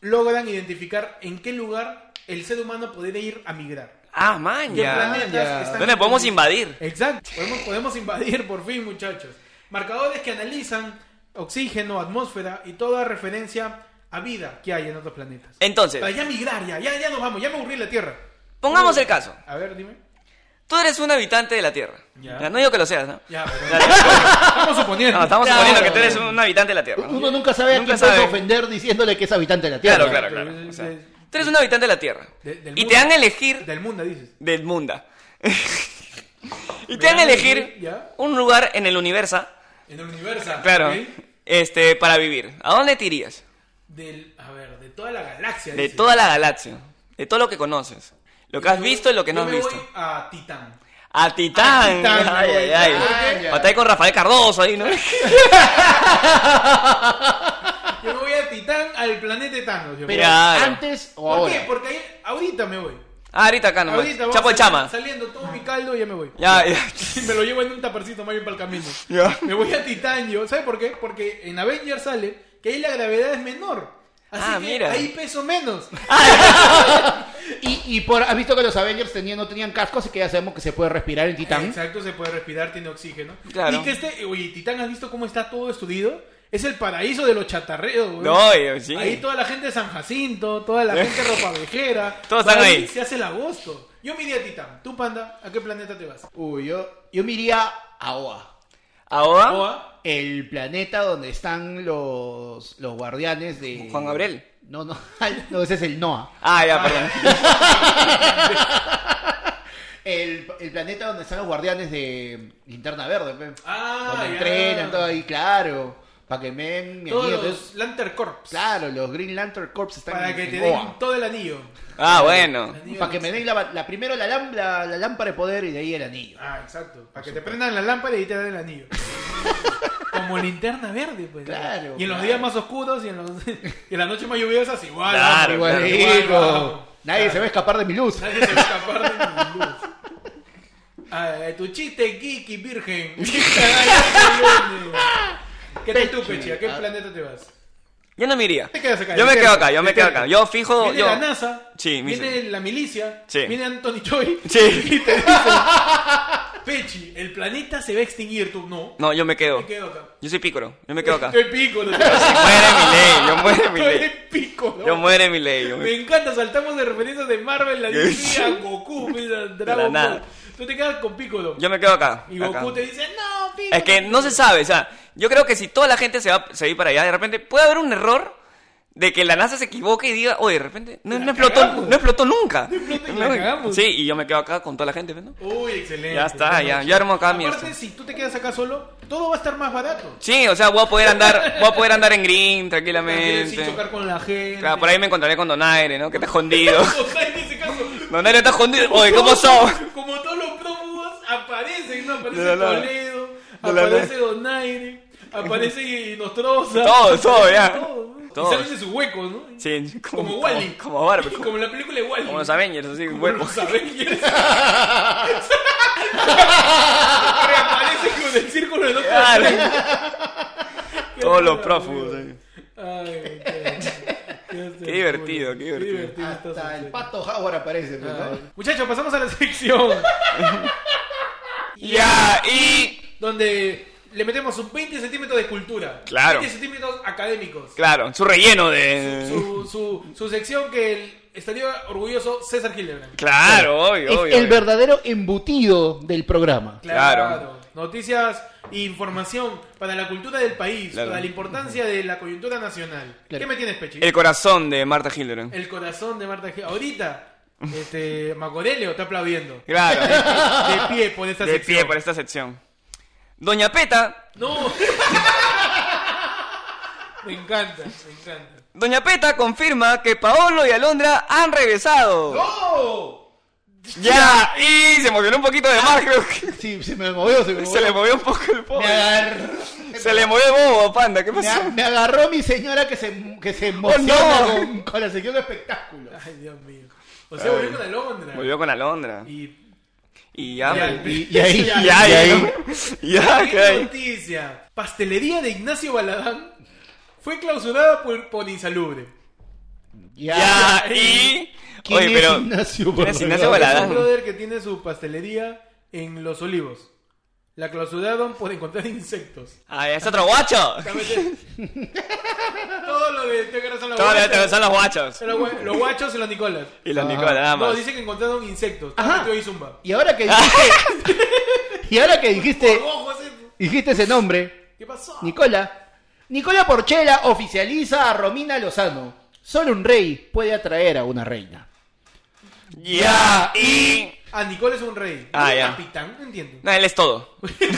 Speaker 1: logran identificar en qué lugar el ser humano podría ir a migrar.
Speaker 2: Ah,
Speaker 1: ¿Qué
Speaker 2: maña.
Speaker 1: planetas
Speaker 3: ya.
Speaker 1: están
Speaker 2: ¿Dónde podemos
Speaker 1: disponibles?
Speaker 2: invadir?
Speaker 1: Exacto, podemos, podemos invadir por fin, muchachos. Marcadores que analizan oxígeno, atmósfera y toda referencia a vida que hay en otros planetas.
Speaker 2: Entonces,
Speaker 1: Para ya migrar, ya, ya, ya nos vamos, ya me aburrí la Tierra.
Speaker 2: pongamos el caso.
Speaker 1: A ver, dime.
Speaker 2: Tú eres un habitante de la Tierra.
Speaker 1: Ya.
Speaker 2: Ya, no digo que lo seas, ¿no?
Speaker 1: Ya, pero-
Speaker 2: Dale.
Speaker 1: estamos suponiendo.
Speaker 2: No, estamos
Speaker 3: Claro.
Speaker 2: suponiendo que tú eres un habitante de la Tierra.
Speaker 3: Uno nunca sabe
Speaker 2: Nunca
Speaker 3: a quién
Speaker 2: sabe.
Speaker 3: puedes ofender diciéndole que es habitante de la Tierra.
Speaker 2: Claro, claro, claro. O sea,
Speaker 1: De-
Speaker 2: tú eres un habitante de la Tierra.
Speaker 1: de- del
Speaker 2: Y
Speaker 1: mundo.
Speaker 2: te dan a elegir
Speaker 1: Del mundo, dices.
Speaker 2: del mundo.
Speaker 1: Me
Speaker 2: Y te dan a
Speaker 1: dan
Speaker 2: elegir
Speaker 1: ya.
Speaker 2: un lugar en el universo,
Speaker 1: En el universo.
Speaker 2: claro,
Speaker 1: ¿ok?
Speaker 2: este, para vivir. ¿A dónde te irías?
Speaker 1: Del, a ver, de toda la galaxia.
Speaker 2: De
Speaker 1: dices.
Speaker 2: toda la galaxia, de todo lo que conoces, lo que has
Speaker 1: Yo-
Speaker 2: visto y lo que no
Speaker 1: yo
Speaker 2: has
Speaker 1: me
Speaker 2: visto.
Speaker 1: Voy a Titán.
Speaker 2: A Titán.
Speaker 1: A Titán, Ah,
Speaker 2: ay,
Speaker 1: güey.
Speaker 2: ay, ay.
Speaker 1: Ay,
Speaker 3: ya.
Speaker 2: Batalla con Rafael Cardoso ahí, ¿no?
Speaker 1: Yo me voy a Titán. titán al planeta Thanos. yo
Speaker 3: Pero
Speaker 1: creo.
Speaker 2: Claro.
Speaker 3: antes o
Speaker 1: ¿Por
Speaker 3: ahora.
Speaker 1: qué? Porque ahí, ahorita me voy.
Speaker 2: Ah, ahorita acá nomás.
Speaker 1: Ahorita vamos
Speaker 2: Chapo de
Speaker 1: saliendo-
Speaker 2: chama.
Speaker 1: Saliendo todo mi caldo y ya me voy.
Speaker 2: Ya, ya.
Speaker 1: Y me lo llevo en un taparcito más bien para el camino.
Speaker 2: Ya.
Speaker 1: Me voy a Titán yo. ¿Sabes por qué? Porque en Avengers sale que ahí la gravedad es menor. Así
Speaker 2: Ah,
Speaker 1: que
Speaker 2: mira.
Speaker 1: ahí peso menos.
Speaker 3: Y, y por, has visto que los Avengers tenían, no tenían casco, así que ya sabemos que se puede respirar en Titán.
Speaker 1: Eh, Exacto, se puede respirar, tiene oxígeno.
Speaker 2: Claro.
Speaker 1: Y que este, oye, Titán, ¿has visto cómo está todo estudido? Es el paraíso de los chatarreos, güey.
Speaker 2: No, yo, sí.
Speaker 1: Ahí toda la gente de San Jacinto, toda la gente ropavejera.
Speaker 2: Todos están
Speaker 1: Por
Speaker 2: ahí.
Speaker 1: Se hace el agosto. Yo me iría a Titán. Tú, Panda, ¿a qué planeta te vas?
Speaker 3: Uy, yo, yo me iría a Oa. Ah,
Speaker 2: Ahora.
Speaker 1: Oa.
Speaker 3: El planeta donde están los, los guardianes de.
Speaker 2: Juan Gabriel.
Speaker 3: No, no, no, ese es el Noah.
Speaker 2: Ah, ya, perdón.
Speaker 3: El, el planeta donde están los guardianes de Linterna Verde, pe.
Speaker 1: Ah,
Speaker 3: Donde
Speaker 1: ya.
Speaker 3: entrenan, todo ahí, claro. Para que me den mi
Speaker 1: Todos
Speaker 3: anillo,
Speaker 1: los
Speaker 3: entonces,
Speaker 1: Lantern Corps.
Speaker 3: Claro, los Green Lantern Corps están
Speaker 1: Para
Speaker 3: en-
Speaker 1: que
Speaker 3: en
Speaker 1: te
Speaker 3: Goa.
Speaker 1: den todo el anillo.
Speaker 2: Ah, bueno.
Speaker 1: El anillo
Speaker 3: Para que
Speaker 1: de-
Speaker 3: me den la, la primero la, lam- la- la lámpara de poder y de ahí el anillo.
Speaker 1: Ah, exacto. Para que te prendan la lámpara y te den el anillo. Como linterna verde, pues.
Speaker 3: Claro,
Speaker 1: Y en los
Speaker 3: claro.
Speaker 1: días más oscuros y en, los... y en las noches más lluviosas, igual.
Speaker 2: Claro,
Speaker 1: hombre,
Speaker 2: claro.
Speaker 1: igual,
Speaker 3: Igualito.
Speaker 1: vamos.
Speaker 3: Nadie se va a escapar de mi luz.
Speaker 1: Nadie se va a escapar de mi luz. Ah, tu chiste geeky virgen. ¿Qué te tú, Pechi? ¿A qué
Speaker 3: Ah.
Speaker 1: planeta te vas?
Speaker 2: Yo no me iría.
Speaker 1: Te quedas acá,
Speaker 2: Yo me
Speaker 1: te
Speaker 2: quedo
Speaker 1: quedas
Speaker 2: acá, yo
Speaker 1: te
Speaker 2: me quedo
Speaker 1: quedas
Speaker 2: acá. Yo fijo.
Speaker 1: Viene
Speaker 2: yo...
Speaker 1: la NASA,
Speaker 2: Sí, mi-
Speaker 1: viene la milicia,
Speaker 2: Sí.
Speaker 1: viene Anthony Choi
Speaker 2: Sí.
Speaker 1: y te dice, Pechi, el planeta se va a extinguir, tú no.
Speaker 2: No, yo me quedo.
Speaker 1: Me quedo acá.
Speaker 2: Yo soy pícoro. Yo me quedo acá.
Speaker 1: Estoy pico, no
Speaker 2: Muere mi ley, yo muere mi
Speaker 1: Tú eres
Speaker 2: ley.
Speaker 1: pico, ¿no?
Speaker 2: Yo muere mi ley. yo
Speaker 1: Me
Speaker 2: muere-
Speaker 1: encanta, saltamos de referencias de Marvel, la DC, a Goku, mira, Dragon
Speaker 2: nada.
Speaker 1: Ball. Tú te quedas con Piccolo.
Speaker 2: Yo me quedo acá.
Speaker 1: y Goku
Speaker 2: acá.
Speaker 1: te dice, no, Piccolo.
Speaker 2: Es que no se sabe, o sea, yo creo que si toda la gente se va, se va a ir para allá, de repente puede haber un error de que la NASA se equivoque y diga, oye, de repente no, no explotó,
Speaker 1: cagamos.
Speaker 2: no explotó nunca. No
Speaker 1: explotó y la cagamos.
Speaker 2: Sí, y yo me quedo acá con toda la gente, ¿no?
Speaker 1: Uy, excelente.
Speaker 2: Ya está, ya. Yo armo acá mi
Speaker 1: Aparte,
Speaker 2: esto.
Speaker 1: si tú te quedas acá solo, todo va a estar más barato.
Speaker 2: Sí, o sea, voy a poder andar, voy a poder andar en green
Speaker 1: Porque Sin
Speaker 2: tranquilamente.
Speaker 1: chocar con la gente.
Speaker 2: Claro, por ahí me encontraré con Donaire, ¿no? Que está escondido.
Speaker 1: O sea, en ese caso,
Speaker 2: Donaire está escondido. Oye, ¿cómo son?
Speaker 1: Como todos los prófugos aparecen, ¿no? Aparece
Speaker 2: De la nada.
Speaker 1: Toledo,
Speaker 2: De la
Speaker 1: aparece Donaire, aparece Nostrosa.
Speaker 2: Todo, todo, ya.
Speaker 1: Todo, ¿no?
Speaker 2: Todo.
Speaker 1: Y salen de sus huecos, ¿no?
Speaker 2: Sí,
Speaker 1: Como Wally.
Speaker 2: Como, como Barbie. Como,
Speaker 1: Pues Como la película de Wally.
Speaker 2: como los Avengers, así, hueco.
Speaker 1: Los Avengers. Reaparece con el círculo de otro.
Speaker 2: Claro.
Speaker 1: Qué
Speaker 2: Todos los
Speaker 1: locura,
Speaker 2: prófugos. eh.
Speaker 1: amigo.
Speaker 2: sí.
Speaker 1: Ay, qué,
Speaker 2: Qué divertido, qué divertido.
Speaker 1: está
Speaker 3: Hasta el
Speaker 1: su-
Speaker 3: pato Howard aparece. pues, ¿no?
Speaker 1: Ay. Muchachos, pasamos a la sección
Speaker 2: Ya, y...
Speaker 1: donde le metemos un 20 centímetros de cultura.
Speaker 2: Claro.
Speaker 1: 20 centímetros académicos.
Speaker 2: Claro, su relleno de...
Speaker 1: Su, su, su sección que el- estaría orgulloso César Hildebrand.
Speaker 2: Claro, obvio,
Speaker 3: Es
Speaker 2: obvio,
Speaker 3: el
Speaker 2: obvio.
Speaker 3: verdadero embutido del programa.
Speaker 2: Claro.
Speaker 1: Noticias e información para la cultura del país,
Speaker 2: Claro.
Speaker 1: para la importancia de la coyuntura nacional.
Speaker 3: Claro.
Speaker 1: ¿Qué me tienes, Pechi?
Speaker 2: El corazón de Marta Hildebrand.
Speaker 1: El corazón de Marta G. Ahorita, este, Macorelio está aplaudiendo.
Speaker 2: Claro,
Speaker 1: De pie por esta
Speaker 2: de
Speaker 1: sección.
Speaker 2: pie por esta sección. Doña Peta,
Speaker 1: No. me encanta, me encanta.
Speaker 2: Doña Peta confirma que Paolo y Alondra han regresado.
Speaker 1: ¡Oh!
Speaker 2: Ya, Ah. y se movió un poquito de más, creo que
Speaker 3: Sí, se me movió, se me movió.
Speaker 2: se le movió un poco el
Speaker 3: Me
Speaker 2: pobre.
Speaker 3: agarró,
Speaker 2: Se le movió el bobo, panda, ¿qué
Speaker 3: me a-
Speaker 2: pasó? Oh,
Speaker 3: me agarró mi señora que se, que se emociona
Speaker 2: no.
Speaker 3: con, con la sección de espectáculo.
Speaker 1: Ay, Dios mío. O sea, volvió con Alondra.
Speaker 2: Volvió con Alondra.
Speaker 1: Y
Speaker 2: Y ya,
Speaker 1: Ya,
Speaker 2: pues.
Speaker 3: Y, y ahí,
Speaker 2: ya,
Speaker 3: y
Speaker 2: ya,
Speaker 3: ahí-
Speaker 2: ya,
Speaker 1: ¿Qué
Speaker 2: ¿qué hay?
Speaker 1: noticia? Pastelería de Ignacio Baladán fue clausurada por, por insalubre.
Speaker 3: ya.
Speaker 2: Ya, y...
Speaker 3: ¿Quién
Speaker 2: Oye,
Speaker 3: es
Speaker 2: pero...
Speaker 3: Ignacio
Speaker 2: ¿Quién es Ignacio
Speaker 3: Barragán?
Speaker 1: Es
Speaker 2: Baladán?
Speaker 1: un brother que tiene su pastelería en Los Olivos. La clausuraron por encontrar insectos.
Speaker 2: Ah, es otro guacho.
Speaker 1: Todo lo de te agarras a la
Speaker 2: Todos
Speaker 1: guacha,
Speaker 2: los- todos son los guachos.
Speaker 1: a la gua- los guachos y los Nicolas.
Speaker 2: Y los
Speaker 3: Ajá.
Speaker 2: Nicolas, nada
Speaker 1: No,
Speaker 2: más.
Speaker 1: dice que encontraron insectos.
Speaker 3: Ajá.
Speaker 1: Ajá. Y zumba.
Speaker 3: Y ahora
Speaker 2: Ah.
Speaker 3: que dijiste, y ahora que
Speaker 2: Eh.
Speaker 3: dijiste,
Speaker 1: Ojo, ese-
Speaker 3: dijiste ese nombre,
Speaker 1: ¿Qué pasó?
Speaker 3: Nicola, Nicola Porchela oficializa a Romina Lozano. Solo un rey puede atraer a una reina.
Speaker 2: Ya, y...
Speaker 1: Ah, Nicole es un rey.
Speaker 2: Ah,
Speaker 1: ¿Es
Speaker 2: ya.
Speaker 1: Capitán, no entiendo.
Speaker 2: No, él es todo. Él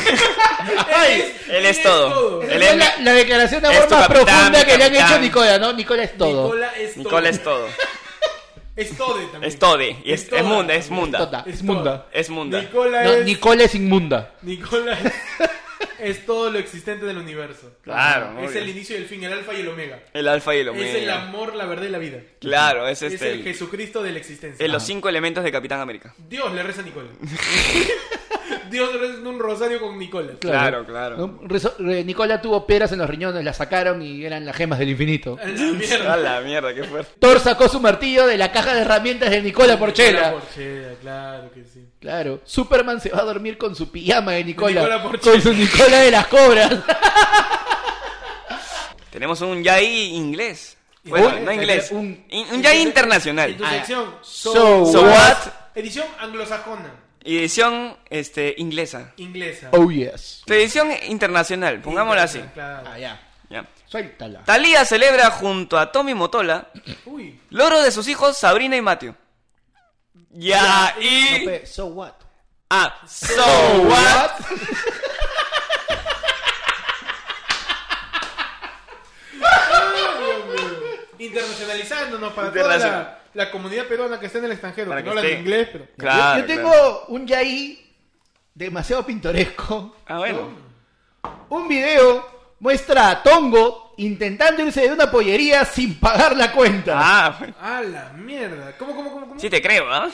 Speaker 2: es todo.
Speaker 3: Esa
Speaker 2: Él
Speaker 3: fue
Speaker 2: es-
Speaker 3: la, la declaración de
Speaker 2: es
Speaker 3: amor
Speaker 2: tu
Speaker 3: más
Speaker 2: capitán,
Speaker 3: profunda
Speaker 2: mi
Speaker 3: que le han hecho
Speaker 2: capitán.
Speaker 3: a Nicola, ¿no? Nicola es todo.
Speaker 1: Nicola es todo.
Speaker 2: Nicola es todo.
Speaker 1: Es todo también.
Speaker 2: Es tode. Y es,
Speaker 1: toda.
Speaker 2: es munda, es munda.
Speaker 3: Tota.
Speaker 1: Es
Speaker 3: Es munda.
Speaker 1: toda.
Speaker 2: Es munda.
Speaker 1: Nicola
Speaker 3: No,
Speaker 1: es.
Speaker 3: Nicola es inmunda.
Speaker 1: Nicola es. es todo lo existente del universo.
Speaker 2: Claro,
Speaker 1: Es
Speaker 2: obvio.
Speaker 1: el inicio y el fin, el alfa y el omega.
Speaker 2: El alfa y el omega.
Speaker 1: Es el amor, la verdad y la vida.
Speaker 2: Claro, es
Speaker 1: es
Speaker 2: este.
Speaker 1: el
Speaker 2: el-
Speaker 1: Jesucristo de la existencia.
Speaker 2: el- los cinco elementos de Capitán América.
Speaker 1: Dios le reza a Nicole. Dios le reza un rosario con Nicole.
Speaker 2: Claro, claro.
Speaker 3: ¿No? Rezo- re- Nicola tuvo peras en los riñones, las sacaron y eran las gemas del infinito.
Speaker 1: A la mierda.
Speaker 2: A la mierda, qué fuerte.
Speaker 3: Thor sacó su martillo de la caja de herramientas de Nicola Porchela.
Speaker 1: Nicola Porchela, claro que sí.
Speaker 3: Claro, Superman se va a dormir con su pijama de Nicola.
Speaker 1: Nicola Porchela.
Speaker 3: con su Nicola de las cobras.
Speaker 2: Tenemos un yay inglés.
Speaker 1: Y
Speaker 2: Bueno,
Speaker 1: ahora,
Speaker 2: no inglés.
Speaker 3: un-
Speaker 2: Un, un yay internacional. Ah.
Speaker 1: En tu sección,
Speaker 3: So
Speaker 2: So
Speaker 3: what?
Speaker 2: what?
Speaker 1: edición anglosajona,
Speaker 2: Edición este, inglesa.
Speaker 1: inglesa.
Speaker 3: Oh yes.
Speaker 2: Edición internacional, pongámosla así.
Speaker 1: Claro.
Speaker 3: Ah, ya.
Speaker 2: Ya.
Speaker 3: Suéltala.
Speaker 2: Thalía celebra junto a Tommy Motola
Speaker 1: Uy,
Speaker 2: logro de sus hijos Sabrina y Mateo. Ya,
Speaker 3: No,
Speaker 2: y.
Speaker 3: pe, so what?
Speaker 2: Ah, so what?
Speaker 1: internacionalizándonos para
Speaker 2: Internacional.
Speaker 1: toda la, la comunidad peruana que está en el extranjero.
Speaker 2: Para
Speaker 1: que no
Speaker 2: que
Speaker 1: hablan
Speaker 2: esté-
Speaker 1: inglés, pero.
Speaker 2: Claro.
Speaker 3: yo, yo tengo
Speaker 2: claro.
Speaker 3: un yaí demasiado pintoresco.
Speaker 2: Ah, bueno.
Speaker 3: Un video muestra a Tongo intentando irse de una pollería sin pagar la cuenta.
Speaker 2: Ah, bueno.
Speaker 1: A la mierda. ¿Cómo, cómo, cómo? cómo?
Speaker 2: Sí te creo, ¿ah?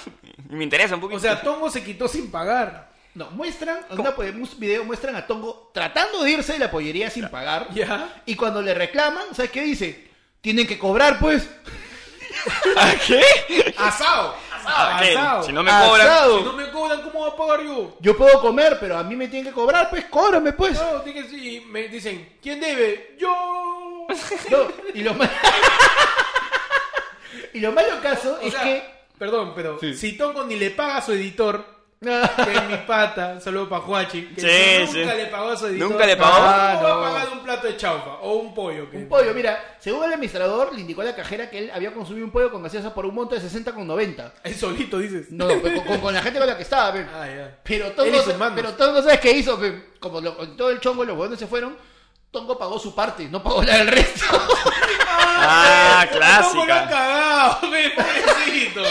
Speaker 2: Me interesa un poquito.
Speaker 1: o sea, Tongo se quitó sin pagar.
Speaker 3: No, muestran, en una po- en un video muestran a Tongo tratando de irse de la pollería sin pagar.
Speaker 1: Ya.
Speaker 3: Y cuando le reclaman, ¿sabes qué dice? Tienen que cobrar, pues.
Speaker 2: ¿Ah, ¿qué?
Speaker 1: Asado.
Speaker 2: Ah, ¿qué?
Speaker 1: Asado.
Speaker 2: Si no me cobran.
Speaker 3: Asado.
Speaker 1: Si no me cobran, ¿cómo voy a pagar yo?
Speaker 3: Yo puedo comer, pero a mí me tienen que cobrar, pues cóbrame, pues.
Speaker 1: No, dije sí. Me dicen, ¿quién debe? Yo.
Speaker 3: No, y lo ma- y lo malo caso
Speaker 1: O
Speaker 3: es
Speaker 1: sea,
Speaker 3: que
Speaker 1: Perdón, pero si Tongo ni le paga a su editor, que es mi pata, un saludo para Juachi, que
Speaker 2: Sí,
Speaker 1: nunca
Speaker 2: sí.
Speaker 1: le pagó a su editor.
Speaker 2: Nunca le pagó.
Speaker 1: Ah,
Speaker 3: Ah,
Speaker 1: ¿Cómo va
Speaker 3: no.
Speaker 1: a pagar un plato de chaufa o un pollo? que-
Speaker 3: un pollo, mira, según el administrador le indicó a la cajera que él había consumido un pollo con gaseosa por un monto de 60,90.
Speaker 1: Él solito, dices.
Speaker 3: No, no, pues, con, con- con la gente con la que estaba, pe.
Speaker 1: Ah, ya.
Speaker 3: Pero
Speaker 1: Él y
Speaker 3: Tongo,
Speaker 1: sus manos.
Speaker 3: pero Tongo, ¿sabes qué hizo? pe? Como lo- todo el chongo y los huevones se fueron, Tongo pagó su parte, no pagó la del resto.
Speaker 2: Ah,
Speaker 1: Tongo lo han
Speaker 2: clásica.
Speaker 1: cagado, ve, pobrecito.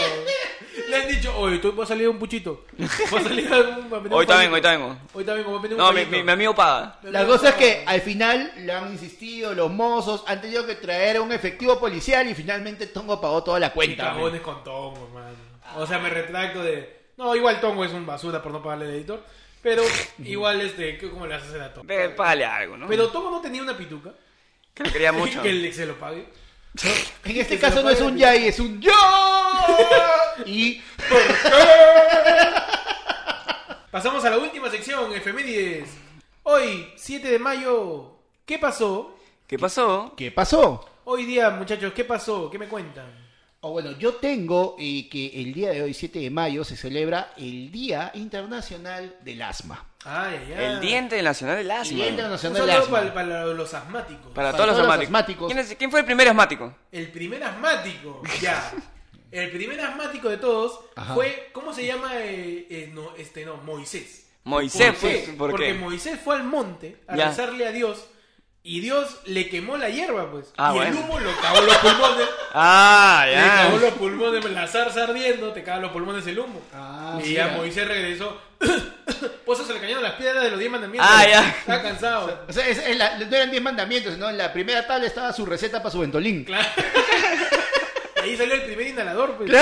Speaker 1: Le han dicho, oye, tú vas a salir un puchito. Vas a salir a un. a meter un
Speaker 2: Hoy también,
Speaker 1: palito.
Speaker 2: hoy también.
Speaker 1: Hoy también, como meter un
Speaker 2: No, mi,
Speaker 1: palito.
Speaker 2: mi- mi amigo paga.
Speaker 3: La cosa es que al final le han insistido los mozos, han tenido que traer un efectivo policial y finalmente Tongo pagó toda la
Speaker 1: Y
Speaker 3: cuenta. pe.
Speaker 1: cagones con Tongo, mano. O sea, me retracto de. No, igual Tongo es un basura por no pagarle al editor. Pero igual, este, ¿qué- ¿cómo le haces a Tongo?
Speaker 2: Ve, págale algo, ¿no?
Speaker 1: Pero Tongo no tenía una pituca.
Speaker 2: que lo quería mucho.
Speaker 1: Que el- se lo pague.
Speaker 3: En este
Speaker 1: Que se
Speaker 3: caso
Speaker 1: lo
Speaker 3: no es
Speaker 1: pague
Speaker 3: un
Speaker 1: el-
Speaker 3: yay, es un yo. y
Speaker 1: Pasamos a la última sección, efemérides. Hoy, 7 de mayo, ¿qué pasó?
Speaker 2: ¿Qué pasó?
Speaker 3: ¿qué pasó?
Speaker 1: Hoy día, muchachos, ¿qué pasó? ¿Qué me cuentan?
Speaker 3: O bueno, yo tengo eh, que el día de hoy, 7 de mayo, se celebra el Día Internacional del Asma.
Speaker 1: Ay, ay, ay.
Speaker 2: El diente nacional del
Speaker 3: El
Speaker 2: asma.
Speaker 3: Día
Speaker 2: Para,
Speaker 1: Un
Speaker 3: Internacional del
Speaker 1: saludo
Speaker 3: Asma.
Speaker 1: para, para los asmáticos.
Speaker 2: todos los asmáticos.
Speaker 3: asmáticos.
Speaker 2: ¿Quién, es- quién fue el primer asmático?
Speaker 1: El primer asmático, ya. El primer asmático de todos
Speaker 3: Ajá.
Speaker 1: fue, ¿cómo se llama? eh, eh, no, este, no, Moisés.
Speaker 2: Moisés
Speaker 1: ¿Por
Speaker 2: fue.
Speaker 1: qué?
Speaker 2: ¿Por
Speaker 1: Porque
Speaker 2: qué?
Speaker 1: Moisés fue al monte a
Speaker 2: Ya.
Speaker 1: rezarle a Dios y Dios le quemó la hierba, pues.
Speaker 2: Ah,
Speaker 1: y
Speaker 2: bueno.
Speaker 1: el humo lo cagó los pulmones.
Speaker 2: Ah,
Speaker 1: Le cagó
Speaker 2: ya.
Speaker 1: los pulmones, la zarza ardiendo, te caga los pulmones el humo.
Speaker 3: Ah,
Speaker 1: y
Speaker 3: mira.
Speaker 1: ya Moisés regresó. Por eso se le cayeron las piedras de los diez mandamientos.
Speaker 2: Ah, ya.
Speaker 1: Está cansado.
Speaker 3: O sea, es- es la- no eran 10 mandamientos, sino en la primera tabla estaba su receta para su ventolín.
Speaker 1: Claro. Y ahí salió el primer inhalador, pues. Que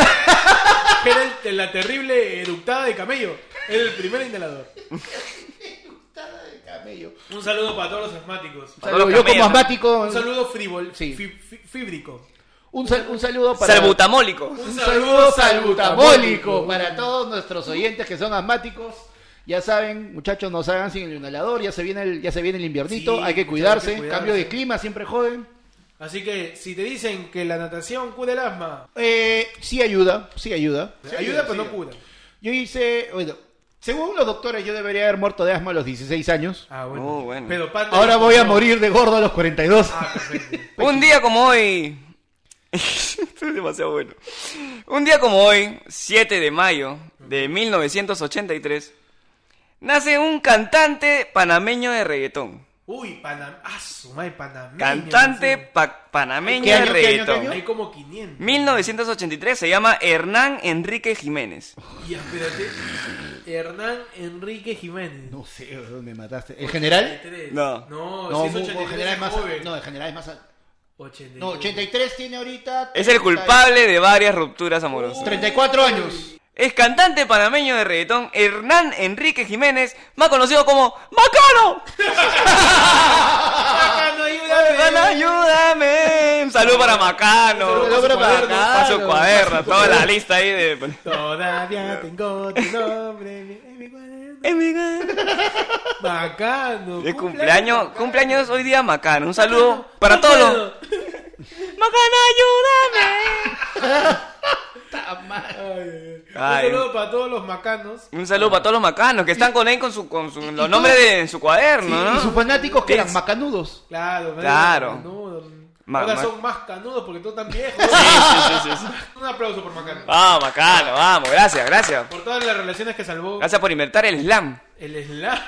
Speaker 1: era el- la terrible eructada de camello. Era el primer inhalador.
Speaker 3: Tada de camello.
Speaker 1: Un saludo para todos los asmáticos.
Speaker 2: Para todos los
Speaker 3: yo como
Speaker 2: camellos, ¿no?
Speaker 3: asmático,
Speaker 1: Un saludo frívol,
Speaker 3: Sí.
Speaker 1: fi- fi- fíbrico.
Speaker 3: un, sal- un saludo para...
Speaker 2: Salbutamólico.
Speaker 3: Un saludo salbutamólico
Speaker 1: salbutamólico.
Speaker 3: para todos nuestros oyentes que son asmáticos. Ya saben, muchachos, no salgan sin el inhalador. Ya se viene el, ya se viene el inviernito.
Speaker 1: Sí,
Speaker 3: hay que
Speaker 1: muchachos,
Speaker 3: cuidarse.
Speaker 1: hay que cuidarse.
Speaker 3: Cambio de clima siempre joden.
Speaker 1: Así que si te dicen que la natación cura el asma,
Speaker 3: Eh, sí ayuda, sí ayuda.
Speaker 1: ayuda pero no cura.
Speaker 3: Yo hice, bueno, según los doctores, yo debería haber muerto de asma a los 16 años.
Speaker 1: Ah, bueno.
Speaker 2: Oh, bueno.
Speaker 1: Pero Panda
Speaker 3: Ahora
Speaker 1: dijo,
Speaker 3: voy a
Speaker 1: Ah, no.
Speaker 3: morir de gordo a los 42.
Speaker 1: Ah, perfecto.
Speaker 2: Un día como hoy. Esto es demasiado bueno. Un día como hoy, 7 de mayo de 1983, nace un cantante panameño de reggaetón.
Speaker 1: Uy, Panamá. Ah, su madre, panameño.
Speaker 2: Cantante
Speaker 1: sí.
Speaker 2: pa- panameño
Speaker 3: ¿Qué año,
Speaker 2: de
Speaker 3: qué año, qué
Speaker 2: reggaetón.
Speaker 3: año?
Speaker 1: Hay como 500.
Speaker 2: 1983 se llama Hernán Enrique Jiménez.
Speaker 1: Y espérate. Hernán Enrique Jiménez.
Speaker 3: No sé, weón, me mataste. ¿El general?
Speaker 1: 83.
Speaker 2: No.
Speaker 1: No,
Speaker 3: No,
Speaker 1: si es
Speaker 3: mu-
Speaker 1: 83
Speaker 3: general es más
Speaker 1: joven.
Speaker 3: No, el general es más alto.
Speaker 1: 83.
Speaker 3: No, 83 tiene ahorita.
Speaker 2: Es el
Speaker 3: 30 y-
Speaker 2: culpable de varias rupturas amorosas.
Speaker 3: 34 años.
Speaker 2: Es cantante panameño de reggaetón Hernán Enrique Jiménez, más conocido como Macano.
Speaker 1: Macano, ayúdame.
Speaker 2: Macano, ayúdame. Un saludo para Macano.
Speaker 3: Saludo para Macano.
Speaker 2: Para su cuaderno, toda la lista ahí de.
Speaker 1: Todavía tengo tu nombre. en mi cuaderno. Bacano.
Speaker 2: De cumpleaños, cumpleaños hoy día Macano. Un saludo
Speaker 1: Bacano,
Speaker 2: para todos. los-
Speaker 1: bacano.
Speaker 2: Macano, ayúdame.
Speaker 1: Ay, ay, ay.
Speaker 2: Ay.
Speaker 1: Un saludo para todos los macanos.
Speaker 2: Un saludo para todos los macanos que están con él con, su, con su- los nombres de, en su cuaderno,
Speaker 3: Y
Speaker 2: ¿no?
Speaker 3: sus fanáticos que eran
Speaker 2: Es-
Speaker 3: macanudos.
Speaker 1: Claro, me
Speaker 2: Claro.
Speaker 1: digas macanudo.
Speaker 2: Ma-
Speaker 1: Ahora
Speaker 2: ma-
Speaker 1: son más canudos porque todos están viejos. Un aplauso por Macano.
Speaker 2: Vamos, Macano, vamos. Gracias, gracias.
Speaker 1: Por todas las relaciones que salvó
Speaker 2: Gracias por inventar el slam.
Speaker 1: el slam.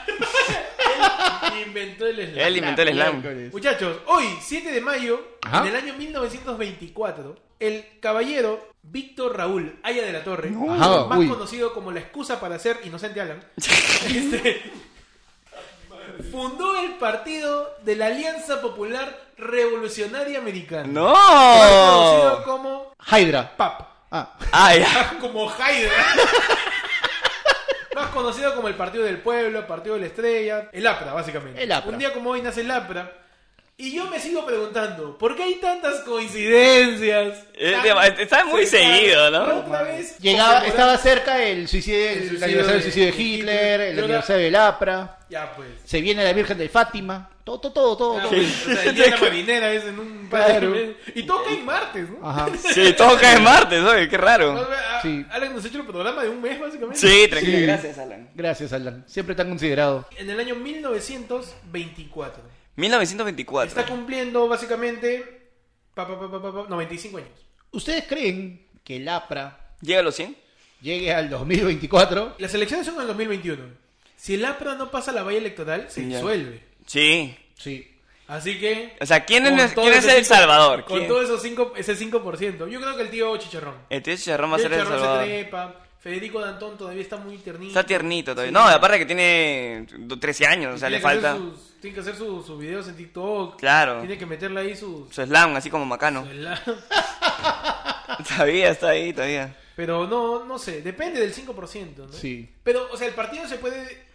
Speaker 1: Él inventó el slam.
Speaker 2: Él inventó el slam.
Speaker 3: Miércoles.
Speaker 1: Muchachos, hoy, 7 de mayo,
Speaker 3: Ajá.
Speaker 1: en el año 1924, el caballero Víctor Raúl Aya de la Torre,
Speaker 3: Ajá,
Speaker 1: más
Speaker 3: uy.
Speaker 1: conocido como la excusa para ser inocente Alan, este, fundó el partido de la Alianza Popular Revolucionaria Americana. más Conocido
Speaker 2: ¡No!
Speaker 1: como
Speaker 3: Hydra.
Speaker 1: PAP.
Speaker 3: Ah.
Speaker 2: Ah, ya.
Speaker 1: como Hydra. Más conocido como el Partido del Pueblo, Partido de la Estrella, el APRA, básicamente.
Speaker 3: El APRA.
Speaker 1: Un día como hoy nace el APRA. Y yo me sigo preguntando, ¿por qué hay tantas coincidencias?
Speaker 2: Eh,
Speaker 1: Tan
Speaker 2: digamos, está muy
Speaker 1: cercanas.
Speaker 2: seguido, ¿no?
Speaker 1: La Otra vez,
Speaker 3: Llegaba,
Speaker 1: conmemorar-
Speaker 3: estaba cerca el suicidio, el,
Speaker 1: suicidio
Speaker 3: aniversario del
Speaker 1: de-
Speaker 3: suicidio de
Speaker 1: de Hitler,
Speaker 3: Hitler, el
Speaker 1: Yoga.
Speaker 3: aniversario del APRA,
Speaker 1: Ya, pues.
Speaker 3: se viene la Virgen de Fátima, todo, todo, todo, todo.
Speaker 1: Ah,
Speaker 3: todo.
Speaker 1: bueno, o sea, el día de la marinera es en un
Speaker 3: Claro.
Speaker 1: Y toca en martes, ¿no?
Speaker 3: Ajá.
Speaker 2: Sí, toca el martes, oye, qué raro.
Speaker 3: Sí.
Speaker 1: Alex nos ha hecho el programa de un mes, básicamente.
Speaker 2: Sí, tranquilo.
Speaker 3: Sí.
Speaker 2: Gracias, Alan.
Speaker 3: Gracias, Alan. Siempre tan considerado.
Speaker 1: En el año 1924. Está
Speaker 2: 1924.
Speaker 1: cumpliendo básicamente pa, pa, pa, pa, pa, pa, 95 años.
Speaker 3: ¿Ustedes creen que el APRA
Speaker 2: ¿Llega a los 100?
Speaker 3: llegue al 2024?
Speaker 1: Las elecciones son en el 2021. Si el APRA no pasa la valla electoral, se
Speaker 2: Ya.
Speaker 1: disuelve.
Speaker 2: Sí.
Speaker 3: Sí.
Speaker 1: Así que...
Speaker 2: O sea, ¿quién
Speaker 1: con
Speaker 2: es,
Speaker 1: todo
Speaker 2: quién es
Speaker 1: ese
Speaker 2: El
Speaker 1: cinco-
Speaker 2: Salvador?
Speaker 1: Con
Speaker 2: ¿Quién?
Speaker 1: todo esos cinco, ese 5%. Yo creo que el tío Chicharrón.
Speaker 2: El tío Chicharrón va a
Speaker 1: El
Speaker 2: ser El
Speaker 1: Chicharrón se
Speaker 2: Salvador.
Speaker 1: trepa. Federico Dantón todavía está muy tiernito.
Speaker 2: Está tiernito todavía.
Speaker 1: Sí.
Speaker 2: No, aparte que tiene 13 años, o sea,
Speaker 1: Tiene
Speaker 2: le
Speaker 1: que hacer
Speaker 2: falta
Speaker 1: sus- tiene que hacer sus, sus videos en TikTok.
Speaker 2: Claro.
Speaker 1: Tiene que meterle ahí sus...
Speaker 2: su slam, así como Macano. Todavía está ahí, todavía.
Speaker 1: Pero no, no sé, depende del 5%, ¿no?
Speaker 3: Sí.
Speaker 1: Pero, o sea, el partido se puede...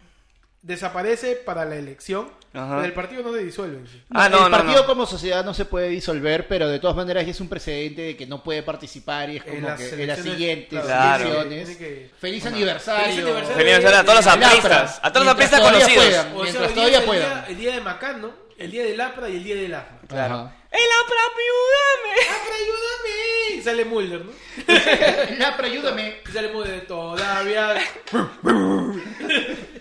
Speaker 1: Desaparece para la elección,
Speaker 2: Ajá.
Speaker 1: pero el partido no se disuelve. en sí.
Speaker 2: Ah, no,
Speaker 3: el
Speaker 2: no,
Speaker 3: partido
Speaker 2: no.
Speaker 3: como sociedad no se puede disolver, pero de todas maneras ya es un precedente de que no puede participar y es como
Speaker 1: En las
Speaker 3: que en las
Speaker 1: elecciones-
Speaker 3: siguientes
Speaker 2: Claro.
Speaker 3: elecciones.
Speaker 1: Tiene que-
Speaker 3: Feliz aniversario.
Speaker 1: Feliz aniversario.
Speaker 2: Feliz aniversario a todos los
Speaker 3: El Afra.
Speaker 2: apristas. A todos los
Speaker 3: Mientras
Speaker 2: apristas
Speaker 3: todavía
Speaker 2: conocidos.
Speaker 3: puedan.
Speaker 1: O
Speaker 3: Mientras
Speaker 1: hoy
Speaker 3: todavía
Speaker 1: día es el
Speaker 3: puedan.
Speaker 1: día- El día de Macano, el día del APRA y el día del AFA.
Speaker 3: Claro.
Speaker 2: El apra,
Speaker 1: ¡APRA, ayúdame! Y sale Mulder, ¿no?
Speaker 3: Lapra, ayúdame.
Speaker 1: Y sale Mulder todavía.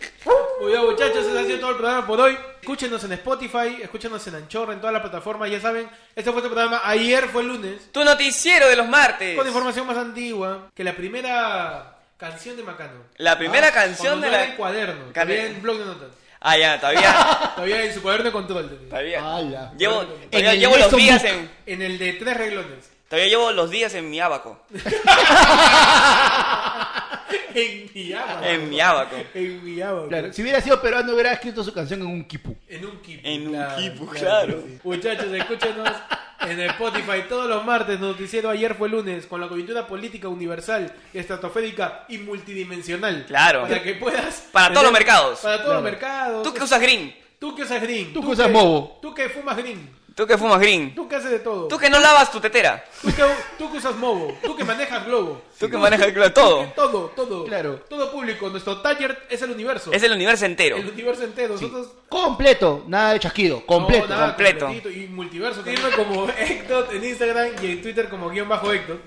Speaker 1: Muy bien, muchachos, ese ha sido todo el programa por hoy. Escúchenos en Spotify, escúchenos en Anchor, en todas las plataformas, ya saben. Este fue este programa. Ayer fue el lunes.
Speaker 2: Tu noticiero de los martes.
Speaker 1: Con información más antigua que la primera canción de Macano.
Speaker 2: La primera
Speaker 1: Ah,
Speaker 2: canción
Speaker 1: cuando
Speaker 2: de
Speaker 1: no
Speaker 2: la-
Speaker 1: era en cuaderno,
Speaker 2: Carne-
Speaker 1: todavía en blog de notas.
Speaker 2: Ah, ya, todavía.
Speaker 1: Todavía en su cuaderno de control.
Speaker 2: Todavía.
Speaker 3: Ala.
Speaker 2: Llevo,
Speaker 3: En
Speaker 2: todavía
Speaker 3: el
Speaker 2: llevo los
Speaker 3: Lesson
Speaker 2: días
Speaker 3: Book.
Speaker 2: en.
Speaker 1: En el de tres reglones.
Speaker 2: Todavía llevo los días en mi abaco.
Speaker 1: En mi agua.
Speaker 2: En mi abaco.
Speaker 1: En mi agua.
Speaker 3: Claro, si hubiera sido peruano hubiera escrito su canción en un kipu.
Speaker 1: En un kipu.
Speaker 2: En un kipu, claro.
Speaker 1: sí. Muchachos, escúchenos en Spotify todos los martes. Noticiero ayer fue lunes con la coyuntura política universal, estratosférica y multidimensional.
Speaker 2: Claro.
Speaker 1: Para que puedas.
Speaker 2: Para todos los mercados.
Speaker 1: Para todos
Speaker 3: Claro.
Speaker 1: los mercados.
Speaker 2: Tú que usas green.
Speaker 1: Tú que usas green.
Speaker 3: Tú que usas bobo.
Speaker 1: Tú que fumas green.
Speaker 2: Tú que fumas green.
Speaker 1: Tú que haces de todo.
Speaker 2: Tú que no lavas tu tetera.
Speaker 1: Tú que, tú que usas mobo. Tú que manejas globo.
Speaker 2: Tú que manejas el todo.
Speaker 1: Todo, todo.
Speaker 3: Claro.
Speaker 1: Todo público. Nuestro taller es el universo.
Speaker 2: Es el universo entero.
Speaker 1: El universo entero. Nosotros
Speaker 3: Completo, nada de chasquido, completo.
Speaker 1: No, nada,
Speaker 2: Completo.
Speaker 1: completito. Y multiverso. Tiene como Ectot en Instagram y en Twitter como guión bajo Ectot.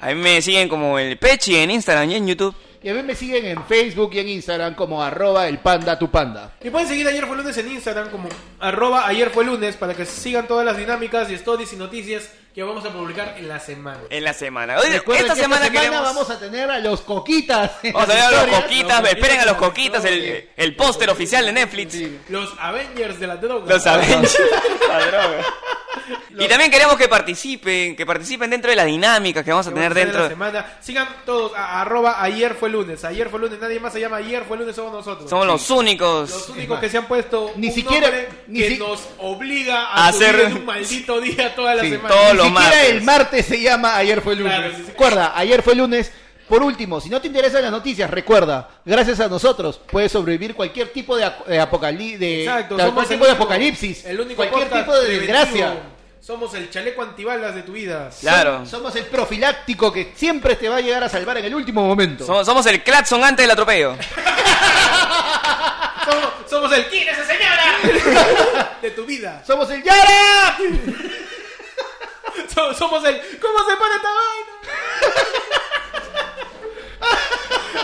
Speaker 2: A mí me siguen como el Pechi en Instagram y en YouTube.
Speaker 3: Y a mí me siguen en Facebook y en Instagram como arroba el panda tu panda.
Speaker 1: Y pueden seguir Ayer fue lunes en Instagram como arroba ayer fue lunes para que sigan todas las dinámicas y stories y noticias que vamos a publicar en la semana.
Speaker 2: En la semana. Oye, esta,
Speaker 3: Recuerden que
Speaker 2: semana queremos...
Speaker 3: vamos a tener a los coquitas. en
Speaker 2: Vamos a
Speaker 3: las
Speaker 2: ver a los
Speaker 3: historias.
Speaker 2: coquitas,
Speaker 1: los
Speaker 2: esperen a los
Speaker 1: coquitas,
Speaker 2: coquitas, el, el póster oficial de Netflix.
Speaker 3: Sí.
Speaker 1: Los Avengers de la droga.
Speaker 2: Los Avengers. y también queremos que participen, que participen dentro de las dinámicas que vamos a
Speaker 1: que
Speaker 2: tener
Speaker 1: vamos a hacer en
Speaker 2: dentro.
Speaker 1: la semana. Sigan todos a arroba ayer fue lunes. Ayer fue lunes. Nadie más se llama ayer fue lunes. Somos nosotros.
Speaker 2: Somos los únicos.
Speaker 1: Los únicos que se han puesto
Speaker 3: Ni
Speaker 1: un
Speaker 3: siquiera-
Speaker 1: nombre
Speaker 3: ni
Speaker 1: que
Speaker 3: si-
Speaker 1: nos obliga
Speaker 2: a
Speaker 1: a, hacer
Speaker 2: hacer-
Speaker 1: un maldito día toda la
Speaker 3: Sí,
Speaker 1: semana.
Speaker 2: todo
Speaker 3: Ni
Speaker 2: Los
Speaker 3: siquiera
Speaker 2: martes.
Speaker 3: el martes se llama Ayer fue lunes.
Speaker 1: Claro, sí, sí.
Speaker 3: Recuerda, Ayer fue lunes. Por último, si no te interesan las noticias, recuerda, gracias a nosotros puedes sobrevivir cualquier tipo de, aco- de apocalipsis, de,
Speaker 1: Exacto,
Speaker 3: de-
Speaker 1: somos
Speaker 3: cualquier
Speaker 1: el
Speaker 3: tipo de
Speaker 1: único-
Speaker 3: apocalipsis,
Speaker 1: El único
Speaker 3: cualquier
Speaker 1: podcast
Speaker 3: tipo de
Speaker 1: preventivo.
Speaker 3: desgracia.
Speaker 1: Somos el chaleco antibalas de tu vida.
Speaker 2: Claro.
Speaker 3: Somos el profiláctico que siempre te va a llegar a salvar en el último momento.
Speaker 2: Somos, somos el claxon antes del atropello.
Speaker 1: Somos, somos el ¿Quién es esa señora? de tu vida.
Speaker 3: Somos el Yara.
Speaker 1: So- somos el ¿Cómo se pone esta vaina?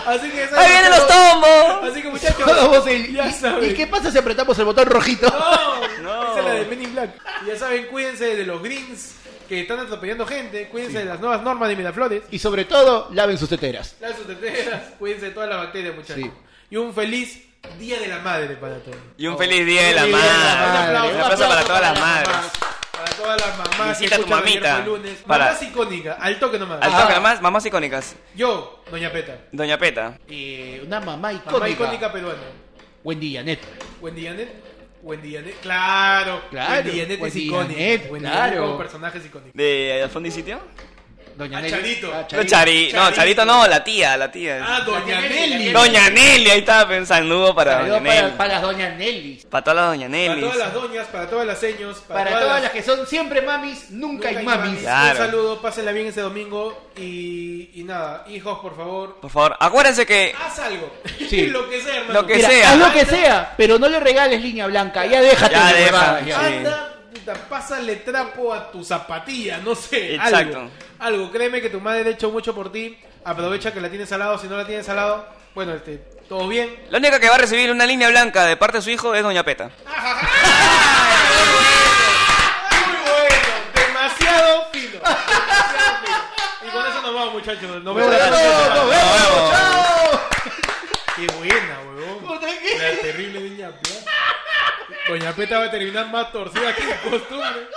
Speaker 1: Así que
Speaker 2: ¡Ahí vienen los tombos!
Speaker 1: Así que muchachos,
Speaker 3: Somos el
Speaker 1: ya
Speaker 3: ¿Y-
Speaker 1: saben.
Speaker 3: ¿Y qué pasa si apretamos el botón rojito?
Speaker 1: No,
Speaker 2: No.
Speaker 1: Esa es la de Men in Black. Y ya saben, cuídense de los greens que están atropellando gente, cuídense de las nuevas normas de Miraflores.
Speaker 3: Y sobre todo, laven sus teteras.
Speaker 1: Las sus teteras, cuídense de todas las bacterias, muchachos.
Speaker 3: Sí.
Speaker 1: Y un feliz Día de la Madre para todos.
Speaker 2: Y un feliz día de la
Speaker 3: Feliz Día de la
Speaker 2: madre.
Speaker 3: Madre.
Speaker 2: Un aplauso para todas las madres.
Speaker 1: mamás, Para todas las mamás. que
Speaker 2: Visita a
Speaker 1: escuchan
Speaker 2: tu
Speaker 1: ayer
Speaker 2: mamita.
Speaker 1: fue Lunes.
Speaker 2: Para-
Speaker 1: Mamás icónicas, al toque nomás.
Speaker 2: Al toque nomás, mamás icónicas.
Speaker 1: Yo, Doña Peta.
Speaker 2: Doña Peta.
Speaker 3: Eh, una mamá icónica.
Speaker 1: Mamá icónica peruana.
Speaker 3: Wendy Janet.
Speaker 1: Wendy Janet. Wendy Janet. Claro.
Speaker 3: Claro,
Speaker 1: Wendy Janet es
Speaker 3: Wendy
Speaker 1: icónica.
Speaker 3: Janet,
Speaker 1: Wendy
Speaker 3: claro.
Speaker 1: Janet como personaje es icónico.
Speaker 2: ¿De Alfonso y Sitio?
Speaker 3: Doña
Speaker 1: Ah,
Speaker 3: Nelly.
Speaker 1: Charito.
Speaker 3: Ah,
Speaker 2: No, Chari- no,
Speaker 1: Charito.
Speaker 2: Charito no, la tía, la
Speaker 1: Ah,
Speaker 2: tía.
Speaker 1: Doña
Speaker 3: Doña
Speaker 1: Nelly.
Speaker 3: Nelly.
Speaker 2: Doña Nelly, ahí estaba pensando, saludo para
Speaker 3: Saludos
Speaker 2: Doña Nelly.
Speaker 3: para, para las doñas Nelly.
Speaker 2: Para todas las Doña
Speaker 1: Para
Speaker 2: Nelly.
Speaker 1: todas las doñas, para todas las seños,
Speaker 3: Para, todas las que son siempre mamis, nunca, hay mamis.
Speaker 2: mamis.
Speaker 1: Un
Speaker 2: Claro.
Speaker 1: saludo, pásenla bien este domingo y, y nada, hijos, por favor,
Speaker 2: Por favor, acuérdense que
Speaker 1: haz algo.
Speaker 3: Sí.
Speaker 1: lo que sea, hermano.
Speaker 2: Lo que
Speaker 3: Mira,
Speaker 2: sea.
Speaker 3: haz lo que sea, pero no le regales línea blanca. Ya déjate
Speaker 2: Ya
Speaker 3: de
Speaker 2: deja,
Speaker 3: huevadas,
Speaker 2: ya.
Speaker 3: ya.
Speaker 1: Anda, puta, pásale trapo a tu zapatilla, no sé,
Speaker 2: Exacto.
Speaker 1: algo. Algo, créeme que tu madre ha hecho mucho por ti. Aprovecha que la tienes al lado, si no la tienes al lado, bueno, este, todo bien.
Speaker 2: la única que va a recibir una línea blanca de parte de su hijo es Doña Peta.
Speaker 1: Muy bueno, demasiado fino. demasiado fino. Y con eso nos vamos, muchachos. Nos vemos la
Speaker 3: Nos
Speaker 1: próxima
Speaker 3: vemos,
Speaker 1: semana.
Speaker 3: nos vemos.
Speaker 2: Nos vemos.
Speaker 3: Chao.
Speaker 1: Qué buena, huevón. La terrible Doña Peta. Doña Peta va a terminar más torcida que de costumbre.